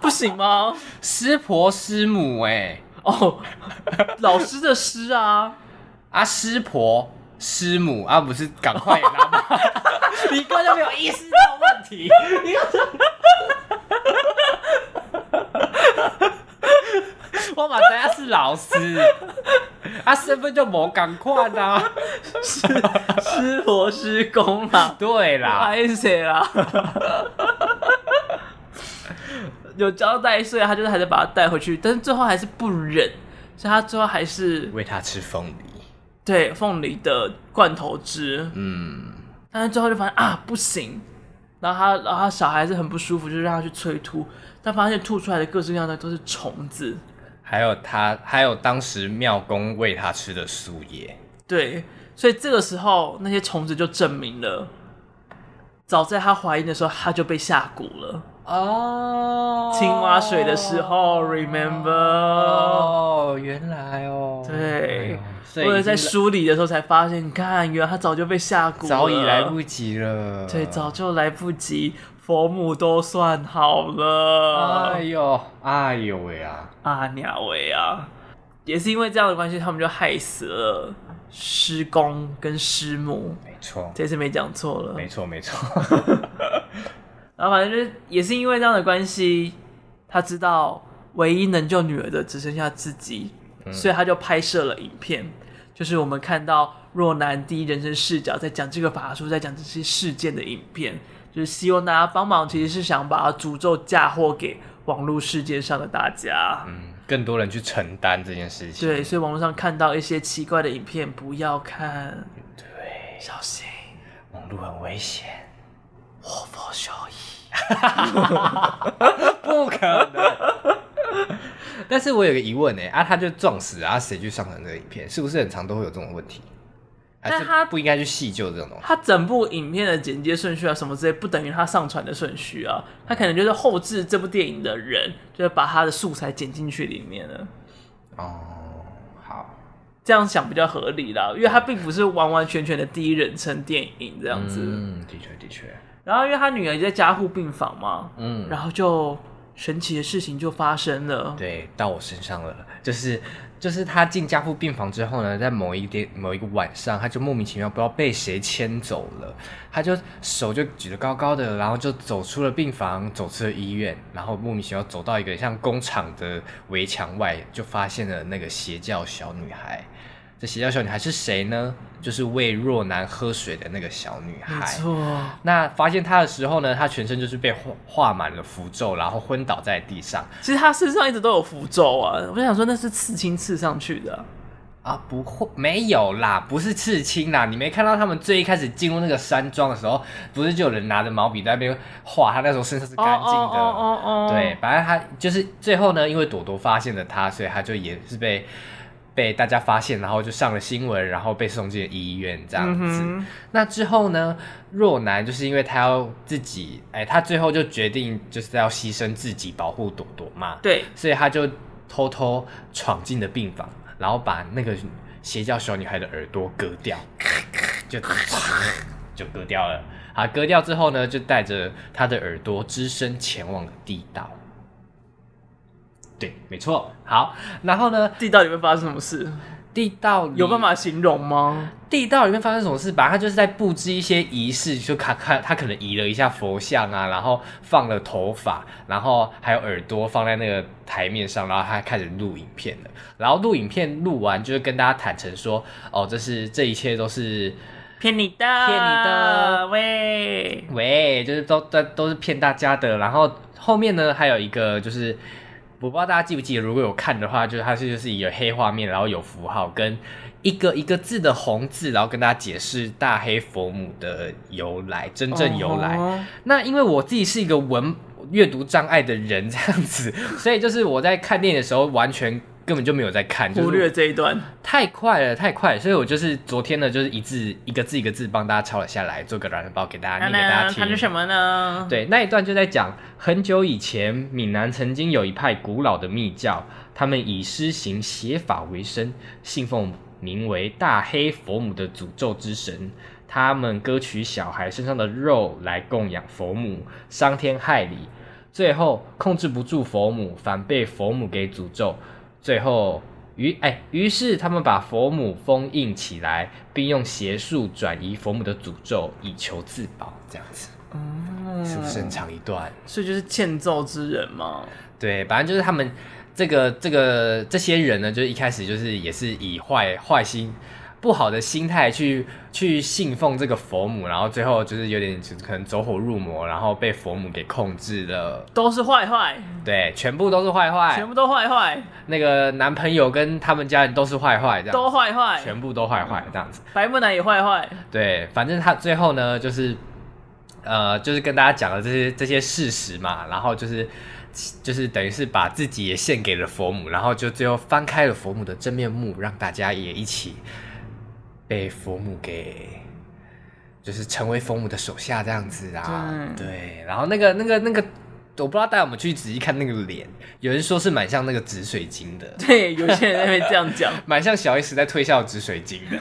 S1: 不行吗？
S2: 师婆师母哎、
S1: 哦，老师的师啊，
S2: 啊师婆师母啊，不是赶快拉吧？ *laughs* 你根本就没有意识到问题，你刚才 *laughs* 我嘛知影是老师，啊身份就无赶快啊， *laughs*
S1: 师婆师公啦，
S2: 对啦，
S1: 拍谁啊啦？有交代，所以他就是还是把他带回去，但是最后还是不忍，所以他最后还是
S2: 喂他吃凤梨，
S1: 对凤梨的罐头汁，
S2: 嗯，
S1: 但是最后就发现啊不行，然后他然后他小孩是很不舒服，就让他去催吐，但发现吐出来的各式各样的都是虫子，
S2: 还有他还有当时庙公喂他吃的素叶，
S1: 对，所以这个时候那些虫子就证明了，早在他怀孕的时候他就被下蛊了。
S2: 哦
S1: 青蛙水的时候，remember，、
S2: 哦，原来哦，
S1: 对
S2: 哎呦，所
S1: 我
S2: 以
S1: 也在
S2: 已经
S1: 梳理的时候才发现，你看，原来他早就被下蛊了，
S2: 早已来不及了，
S1: 对，早就来不及，佛母都算好了。
S2: 哎呦，哎呦喂啊！
S1: 阿娘喂啊！也是因为这样的关系，他们就害死了师公跟师母，
S2: 没错，
S1: 这次没讲错了。
S2: 没错，没错。 *laughs*
S1: 然后反正就是也是因为这样的关系，他知道唯一能救女儿的只剩下自己，
S2: 嗯
S1: 所以他就拍摄了影片，就是我们看到若男第一人称视角在讲这个法术，在讲这些事件的影片，就是希望大家帮忙，其实是想把诅咒嫁祸给网络世界上的大家。
S2: 嗯，更多人去承担这件事情。
S1: 对，所以网络上看到一些奇怪的影片，不要看，
S2: 对，
S1: 小心
S2: 网络很危险。
S1: 活佛修一。
S2: *laughs* 不可能。 *laughs* 但欸是我有个疑问呢、啊，他就撞死啊，谁去上传这个影片？是不是很常都会有这种问题？还是
S1: 但他
S2: 不应该去细究这种东西。
S1: 它整部影片的剪接顺序啊，什么之类，不等于它上传的顺序啊。它可能就是后置这部电影的人，就是把他的素材剪进去里面了，
S2: 哦，好，
S1: 这样想比较合理啦。因为它并不是完完全全的第一人称电影这样子。
S2: 嗯，的确的确，
S1: 然后因为他女儿也在加护病房嘛，
S2: 嗯，
S1: 然后就神奇的事情就发生了。
S2: 对，到我身上了，就是就是他进加护病房之后呢，在某一天某一个晚上，他就莫名其妙不知道被谁牵走了，他就手就举得高高的，然后就走出了病房，走出了医院，然后莫名其妙走到一个像工厂的围墙外，就发现了那个邪教小女孩。这邪教小女孩是谁呢？就是喂若男喝水的那个小女
S1: 没
S2: 孩。
S1: 错，
S2: 那发现她的时候呢，她全身就是被画画满了符咒，然后昏倒在地上。
S1: 其实他身上一直都有符咒啊，我想说那是刺青刺上去的啊、
S2: 啊，不会，没有啦，不是刺青啦。你没看到他们最一开始进入那个山庄的时候，不是就有人拿着毛笔在那边画？他那时候身上是干净的。
S1: 哦
S2: 对，，反正他就是最后呢，因为朵朵发现了他，所以他就也是被被大家发现，然后就上了新闻，然后被送进了医院这样子。
S1: 嗯哼
S2: 那之后呢，若男就是因为他要自己，哎，他最后就决定就是要牺牲自己保护朵朵嘛。
S1: 对，
S2: 所以他就偷偷闯进了病房，然后把那个邪教小女孩的耳朵割掉，就 *laughs* 就割掉了。啊，割掉之后呢，就带着她的耳朵只身前往了地道。对，没错。好，然后呢，
S1: 地道里面发生什么事？
S2: 地道里
S1: 有办法形容吗？
S2: 地道里面发生什么事吧？他就是在布置一些仪式，就看看他可能移了一下佛像啊，然后放了头发，然后还有耳朵放在那个台面上，然后他开始录影片了。然后录影片录完，就是跟大家坦诚说，哦，这是这一切都是
S1: 骗你的，
S2: 骗你的
S1: 喂，
S2: 喂，就是都都都是骗大家的。然后后面呢，还有一个就是，我不知道大家记不记得，如果有看的话，就是它是就是有黑画面，然后有符号跟一个一个字的红字，然后跟大家解释大黑佛母的由来，真正由来。
S1: 哦
S2: 那因为我自己是一个文阅读障碍的人，这样子，所以就是我在看电影的时候，完全根本就没有在看，就是
S1: 忽略这一段，
S2: 太快了，太快了，所以我就是昨天呢，就是一字一个字一个字帮大家抄了下来，做个软包给大家念给大家听。
S1: 么呢？
S2: 对，那一段就在讲很久以前，闽南曾经有一派古老的密教，他们以施行邪法为生，信奉名为大黑佛母的诅咒之神。他们割取小孩身上的肉来供养佛母，伤天害理。最后控制不住佛母，反被佛母给诅咒。最后于哎，于是他们把佛母封印起来，并用邪术转移佛母的诅咒，以求自保。这样子。
S1: 嗯
S2: 是不是很？长一段？
S1: 所以就是欠揍之人嘛。
S2: 对，反正就是他们这个这个这些人呢，就是一开始就是也是以坏坏心、不好的心态去去信奉这个佛母，然后最后就是有点就是可能走火入魔，然后被佛母给控制了。
S1: 都是坏坏，
S2: 对，全部都是坏坏
S1: 全，部都坏坏，
S2: 那个男朋友跟他们家人都是坏坏，这样
S1: 都
S2: 子
S1: 坏坏，
S2: 全部都坏坏这样子。
S1: 白木男也坏坏， *laughs*
S2: 对，反正他最后呢，就是呃，就是跟大家讲了这些这些事实嘛，然后就是就是等于是把自己也献给了佛母，然后就最后翻开了佛母的真面目，让大家也一起被佛母给。就是成为佛母的手下这样子啊，
S1: 对
S2: 对，然后那个那个那个，我不知道带我们去仔细看那个脸，有人说是蛮像那个紫水晶的，
S1: 对，有些人在那边这样
S2: *laughs*
S1: 讲，
S2: 蛮像小 S 在推销紫水晶的，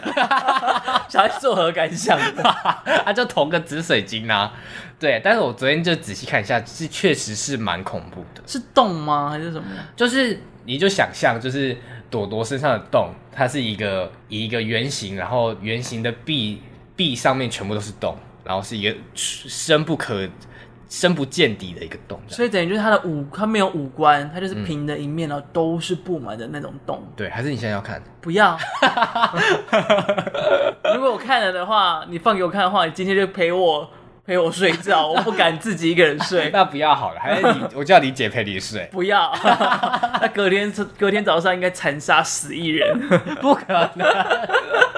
S1: 小孩作何感想？
S2: *laughs* 啊，就同个紫水晶啊。对，但是我昨天就仔细看一下，是确实是蛮恐怖的。
S1: 是动吗？还是什么？
S2: 就是你就想象，就是朵朵身上的洞，它是一个以一个圆形，然后圆形的壁壁上面全部都是洞，然后是一个深不可深不见底的一个洞。
S1: 所以等于就是他的五，他没有五官，他
S2: 嗯
S1: 就是平的一面，然后都是布满的那种洞。
S2: 对，还是你现在要看？
S1: 不要， *laughs* 如果我看了的话，你放给我看的话，你今天就陪我陪我睡 *laughs* 觉，我不敢自己一个人睡。
S2: *laughs* 那不要好了，还是你我叫你姐陪你睡，
S1: *laughs* 不要， *laughs* 那隔天隔天早上应该残杀十亿人。
S2: *laughs*
S1: *laughs*
S2: 不可能。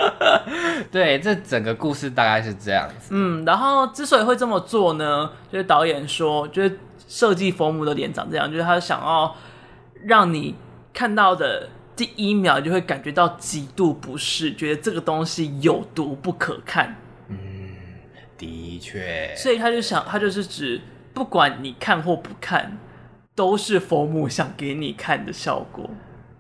S2: *laughs* 对，这整个故事大概是这样子。
S1: 嗯，然后之所以会这么做呢，就是导演说，就是设计佛母的脸长这样，就是他想要让你看到的第一秒就会感觉到极度不适，觉得这个东西有毒不可看，
S2: 嗯，的确，
S1: 所以他就想，他就是指不管你看或不看，都是佛母想给你看的效果。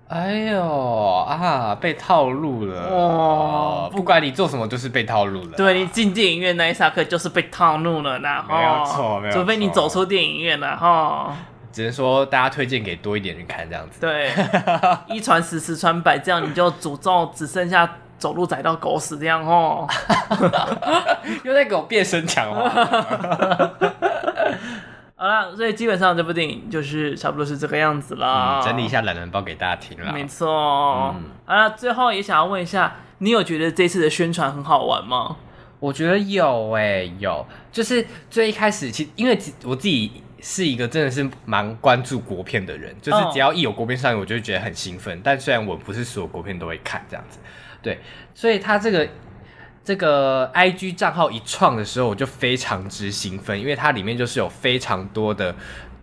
S2: 哎呦啊，被套路了
S1: 哦
S2: 不管你做什么，就是被套路了。
S1: 对你进电影院那一刹刻就是被套路了啦，
S2: 没有
S1: 齁
S2: 错没有
S1: 除非你
S2: 错
S1: 走出电影院了哈。
S2: 只能说大家推荐给多一点人看这样子。 *laughs*
S1: 对，一传十，十传百，这样你就诅咒只剩下走路踩到狗屎这样哦。
S2: 又在给我变身强化。
S1: *laughs* 好啦，所以基本上这部电影就是差不多是这个样子啦。
S2: 嗯整理一下懒人包给大家听啦。嗯
S1: 没错。好啦，最后也想要问一下，你有觉得这次的宣传很好玩吗？
S2: 我觉得有诶、有，就是最一开始，其实因为其我自己是一个真的是蛮关注国片的人，就是
S1: 嗯
S2: 只要一有国片上映，我就会觉得很兴奋。但虽然我不是所有国片都会看这样子，对，所以他这个这个 I G 账号一创的时候，我就非常之兴奋，因为它里面就是有非常多的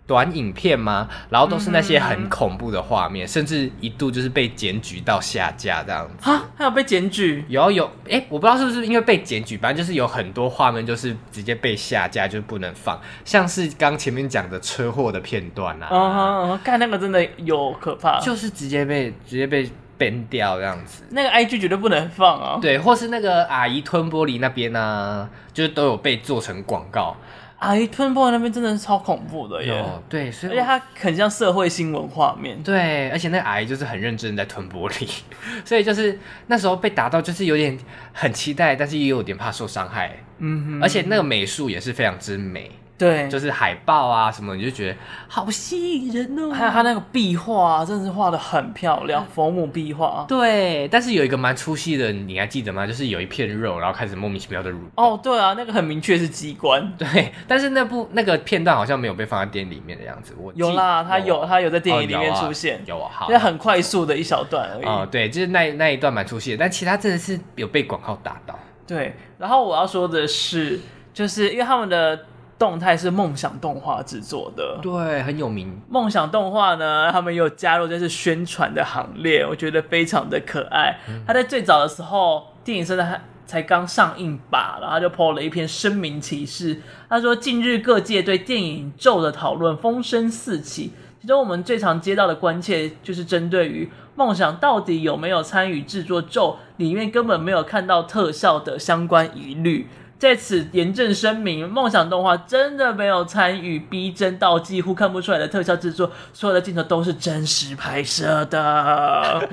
S2: 短影片嘛，然后都是那些很恐怖的画面，甚至一度就是被检举到下架这样子。
S1: 啊，还有被检举，
S2: 有有，哎、我不知道是不是因为被检举，反正就是有很多画面就是直接被下架，就是不能放，像是刚前面讲的车祸的片段啊，
S1: 嗯哼，嗯哼看那个真的有可怕，
S2: 就是直接被直接被 ban 掉这样子。
S1: 那个 IG 绝对不能放啊。
S2: 对，或是那个阿姨吞玻璃那边啊，就是都有被做成广告。
S1: 阿姨啊吞破那边真的是超恐怖的耶，
S2: 有对，所
S1: 而
S2: 以
S1: 且
S2: 我
S1: 它很像社会新闻画面。
S2: 对，而且那个阿姨就是很认真地在吞玻璃， *laughs* 所以就是那时候被打到，就是有点很期待，但是也有点怕受伤害。
S1: 嗯哼，
S2: 而且那个美术也是非常之美，
S1: 对，
S2: 就是海报啊什么，你就觉得好吸引人哦。
S1: 还有他那个壁画、啊，真的是画的很漂亮，佛母壁画。
S2: 对，但是有一个蛮出戏的，你还记得吗？就是有一片肉，然后开始莫名其妙的蠕。
S1: 哦，对啊，那个很明确是机关，
S2: 对，但是那部那个片段好像没有被放在电影里面的样子。我记
S1: 有啦，他有他有在电影里面
S2: 哦有啊
S1: 出现，
S2: 有啊，好
S1: 就是很快速的一小段而已。
S2: 哦，对，就是那那一段蛮出戏的，但其他真的是有被广告打到。
S1: 对，然后我要说的是，就是因为他们的动态是梦想动画制作的，
S2: 对，很有名。
S1: 梦想动画呢，他们有加入这次宣传的行列，我觉得非常的可爱。他在最早的时候，电影真的还才刚上映吧，然后他就 PO 了一篇声明启事，他说近日各界对电影咒的讨论风声四起，其中我们最常接到的关切就是针对于梦想到底有没有参与制作咒里面根本没有看到特效的相关疑虑。在此严正声明，梦想动画真的没有参与逼真到几乎看不出来的特效制作，所有的镜头都是真实拍摄
S2: *laughs*
S1: 的。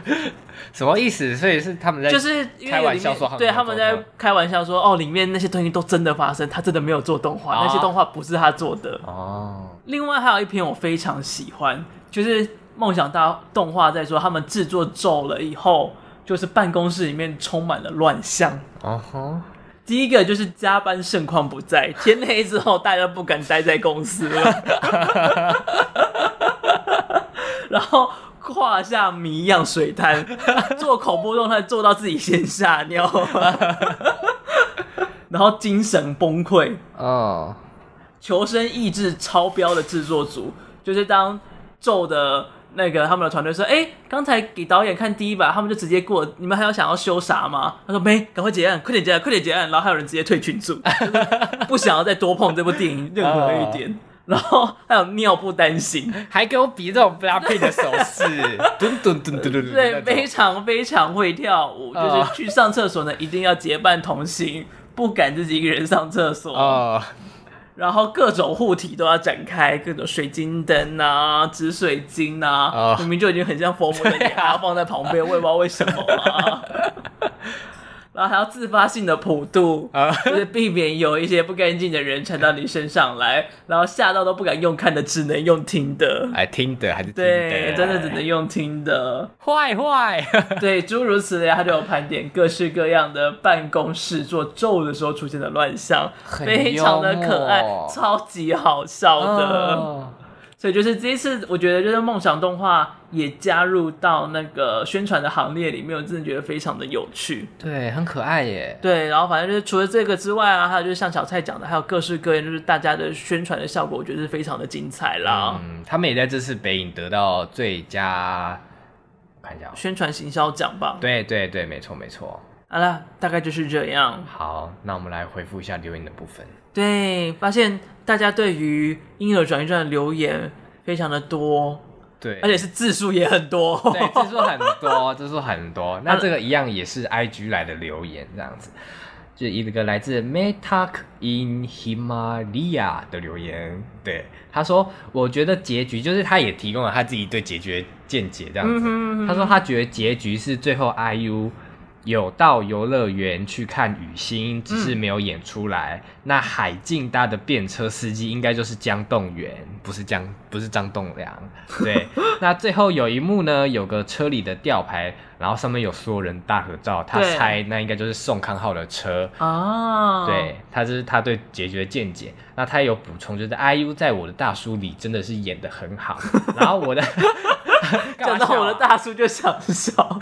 S2: 什么意思？所以是他们在
S1: 就是因为
S2: 开玩笑
S1: 里面
S2: 说他们
S1: 对
S2: 没有
S1: 他们
S2: 做
S1: 在
S2: 到
S1: 开玩笑说，哦，里面那些东西都真的发生，他真的没有做动画，
S2: 啊
S1: 那些动画不是他做的。
S2: 哦，
S1: 另外还有一篇我非常喜欢，就是梦想大动画在说他们制作咒了以后，就是办公室里面充满了乱象。
S2: 哦吼，
S1: 第一个就是加班盛况不在，天黑之后大家不敢待在公司了，然后胯下迷样水滩，做恐怖动态做到自己先吓尿，然后精神崩溃，
S2: 哦，
S1: 求生意志超标的制作组，就是当咒的那个他们的团队说，哎、刚才给导演看第一版，他们就直接过，你们还有想要修啥吗？他说没，赶快结案，快点结案，快点结案，然后还有人直接退群组，就是不想要再多碰这部电影任何一
S2: *laughs* 哦
S1: 点。然后还有尿布担心，
S2: 还给我比这种 blackpink 的手势， *laughs* 蹲蹲蹲蹲
S1: *laughs*
S2: 蹲，
S1: 对，
S2: 那种
S1: 非常非常会跳舞，就
S2: 哦
S1: 是去上厕所呢，一定要结伴同行，不敢自己一个人上厕所。
S2: 哦，
S1: 然后各种护体都要展开，各种水晶灯啊、紫水晶啊，
S2: 哦
S1: 明明就已经很像佛母的
S2: *laughs*
S1: 脸，
S2: 啊
S1: 还要放在旁边，我也不知道为什么啊。然后还要自发性的普渡，
S2: 啊
S1: 就是避免有一些不干净的人传到你身上来，然后吓到都不敢用看的，只能用听的。
S2: 哎，听的还是听
S1: 对，
S2: 的，啊
S1: 真的只能用听的。
S2: 坏坏，
S1: *laughs* 对，诸如此类，他就有盘点各式各样的办公室做咒的时候出现的乱象，
S2: 很
S1: 非常的可爱
S2: 幽默，
S1: 超级好笑的。
S2: 哦
S1: 所以就是这一次，我觉得就是梦想动画也加入到那个宣传的行列里面，我真的觉得非常的有趣。
S2: 对，很可爱耶。
S1: 对，然后反正就是除了这个之外啊，还有就是像小蔡讲的，还有各式各样就是大家的宣传的效果，我觉得
S2: 嗯
S1: 是非常的精彩啦。
S2: 嗯，他们也在这次北影得到最佳我看一下、哦，
S1: 宣传行销奖吧。
S2: 对对对，没错没错。
S1: 好啦，大概就是这样。
S2: 好，那我们来回复一下留言的部分。
S1: 对，发现大家对于婴儿转运站的留言非常的多，
S2: 对，
S1: 而且是字数也很多。
S2: 对，字数很
S1: *laughs*
S2: 多，字数很多。那这个一样也是 IG 来的留言，这样子，就一个来自 Metak in Himalaya 的留言。对，他说，我觉得结局就是他也提供了他自己对结局的见解，这样子。
S1: 嗯
S2: 他说他觉得结局是最后 IU 有到游乐园去看雨
S1: 嗯
S2: 欣，只是没有演出来。那海静搭的便车司机应该就是江栋元，不是江，不是张栋梁。
S1: *laughs*
S2: 对，那最后有一幕呢，有个车里的吊牌，然后上面有所有人大合照，他
S1: 对
S2: 猜那应该就是宋康昊的车。
S1: *laughs* 啊，
S2: 对，他这是他对结局的见解。那他也有补充，就是 IU 在我的大叔里真的是演的很
S1: *laughs*
S2: 好。然后我的 *laughs* 干嘛
S1: 讲到
S2: 笑
S1: 我
S2: 啊
S1: 的大叔就想笑，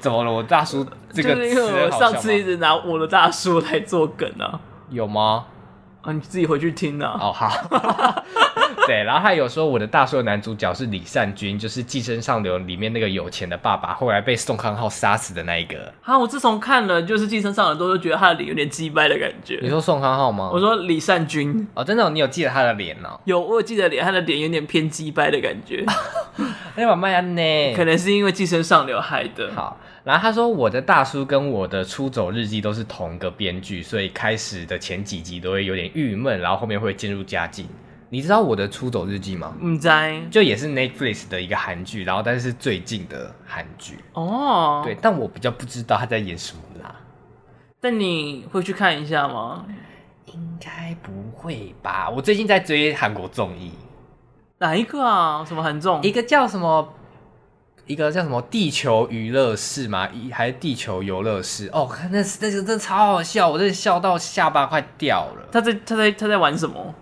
S2: 怎么了？我大叔 *laughs* 这个
S1: 就是因为我
S2: 词好笑吗
S1: 上次一直拿我的大叔来做梗啊，
S2: 有吗？
S1: 啊，你自己回去听啊。
S2: 哦，
S1: *laughs*
S2: 好。对，然后他有说我的大叔的男主角是李善均，就是《寄生上流》里面那个有钱的爸爸，后来被宋康昊杀死的那一个。
S1: 啊，我自从看了就是《寄生上流》之后，就觉得他的脸有点鸡掰的感
S2: 你
S1: 觉。
S2: 说宋康昊吗？
S1: 我说李善均
S2: 哦，真的哦、你有记得他的脸哦？
S1: 有，我有记得脸，他的脸有点偏鸡掰的感觉，
S2: *laughs* 哎呀
S1: 啊
S2: 妈呀呢！
S1: 可能是因为《寄生上流》害的。
S2: 好，然后他说我的大叔跟我的出走日记都是同个编剧，所以开始的前几集都会有点郁闷，然后后面会进入佳境。你知道我的出走日记吗？
S1: 唔知
S2: 就也是 Netflix 的一个韩剧，然后但是是最近的韩剧，
S1: 哦，
S2: 对，，但我比较不知道他在演什么啦。
S1: 但你会去看一下吗？
S2: 应该不会吧？我最近在追韩国综艺，
S1: 哪一个啊？什么韩综？
S2: 一个叫什么，一个叫什么地球娱乐室嘛，一还是地球游乐室？哦，看那那个真的超好笑，我真的笑到下巴快掉了。
S1: 他在他在他在玩什么？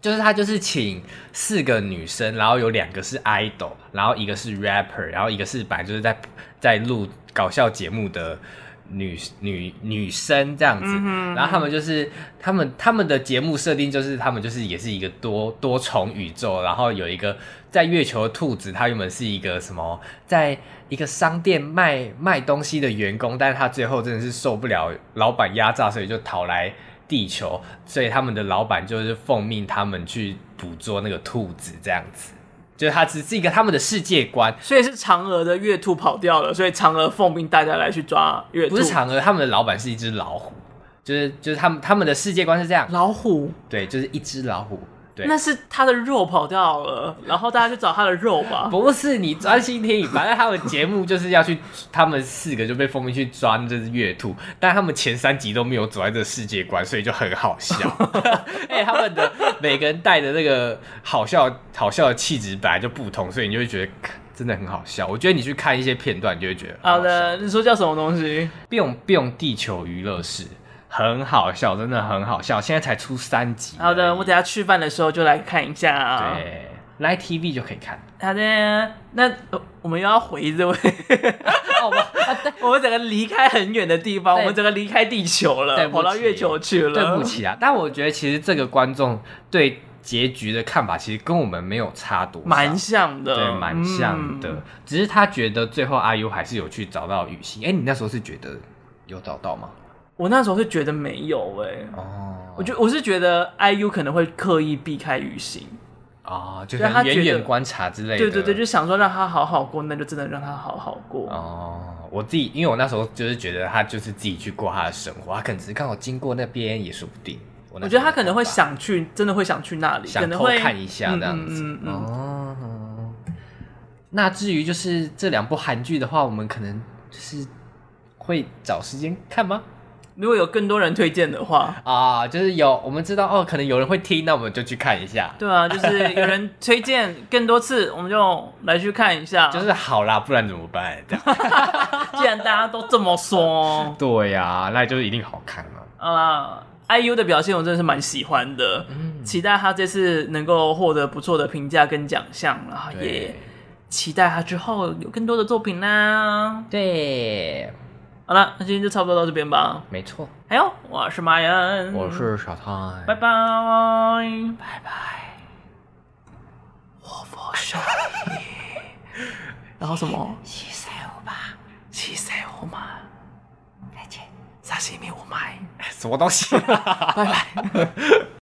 S2: 就是他就是请四个女生，然后有两个是 idol，然后一个是 rapper，然后一个是本来就是在在录搞笑节目的女女女生这样子，
S1: 嗯哼
S2: 然后他们就是他们他们的节目设定就是他们就是也是一个多多重宇宙，然后有一个在月球的兔子，它原本是一个什么，在一个商店卖卖东西的员工，但是他最后真的是受不了老板压榨，所以就逃来地球，所以他们的老板就是奉命他们去捕捉那个兔子，这样子，就是它只是一个他们的世界观，
S1: 所以是嫦娥的月兔跑掉了，所以嫦娥奉命大家来去抓月兔。
S2: 不是嫦娥，他们的老板是一只老虎，就是就是他们他们的世界观是这样，
S1: 老虎，
S2: 对，就是一只老虎，对。
S1: 那是他的肉跑掉了，然后大家就找他的肉吧。
S2: *laughs* 不是你专心听，反正他们节目就是要去，他们四个就被封命去抓那只月兔，但他们前三集都没有走在这个世界观，所以就很好笑。 *laughs* 哎、他们的每个人带的那个好笑好笑的气质本来就不同，所以你就会觉得看真的很好笑。我觉得你去看一些片段，你就会觉得
S1: 好的，你说叫什么东西？
S2: ，Biong Biong 地球娱乐室很好笑，真的很好笑。现在才出三集而已，
S1: 好的，我等下吃饭的时候就来看一下啊。
S2: 对 Live TV 就可以看。
S1: 好的，那呃我们又要回这位，
S2: *laughs* 哦，我啊对
S1: 我们整个离开很远的地方，
S2: 对
S1: 我们整个离开地球
S2: 对
S1: 了，
S2: 不起
S1: 跑到月球去了。
S2: 对不，起啊，但我觉得其实这个观众对结局的看法，其实跟我们没有差多少，
S1: 蛮像的，
S2: 对，蛮像的。
S1: 嗯
S2: 只是他觉得最后阿 U 还是有去找到雨欣。哎、你那时候是觉得有找到吗？
S1: 我那时候是觉得没有哎、
S2: 哦，
S1: 我觉我是觉得 IU 可能会刻意避开雨欣，
S2: 啊、就
S1: 对哦他
S2: 是
S1: 觉
S2: 远
S1: 得
S2: 远观察之类的。
S1: 对对对，就想说让他好好过，那就真的让他好好过。
S2: 哦，我自己因为我那时候就是觉得他就是自己去过他的生活，他可能只是刚好经过那边也说不定。我那
S1: 我觉得
S2: 时候
S1: 他
S2: 的
S1: 可能会
S2: 看法
S1: 想去，真的会想去那里，可
S2: 想
S1: 能
S2: 偷
S1: 会
S2: 看一下这样子。
S1: 嗯嗯嗯嗯
S2: 哦，那至于就是这两部韩剧的话，我们可能就是会找时间看吗？
S1: 如果有更多人推荐的话，
S2: 啊，就是有我们知道哦，可能有人会听，那我们就去看一下。
S1: 对啊，就是有人推荐更多次，我们就来去看一下。
S2: 就是好啦，不然怎么办？这样
S1: 既然大家都这么说，
S2: *laughs* 对呀、那就是一定好看啊。
S1: 啊，IU 的表现我真的是蛮喜欢的，
S2: 嗯
S1: 期待他这次能够获得不错的评价跟奖项，然后也
S2: 对
S1: 期待他之后有更多的作品啦。
S2: 对，
S1: 好了，那今天就差不多到这边吧。
S2: 没错，
S1: 还有，我是马恩，
S2: 我，是小汤，
S1: 拜拜，拜拜，
S2: *laughs*
S1: 我佛手艺，然后什么？
S2: 谢谢。
S1: 七岁我们再见，沙西米我买，
S2: 什么东西？
S1: 拜拜。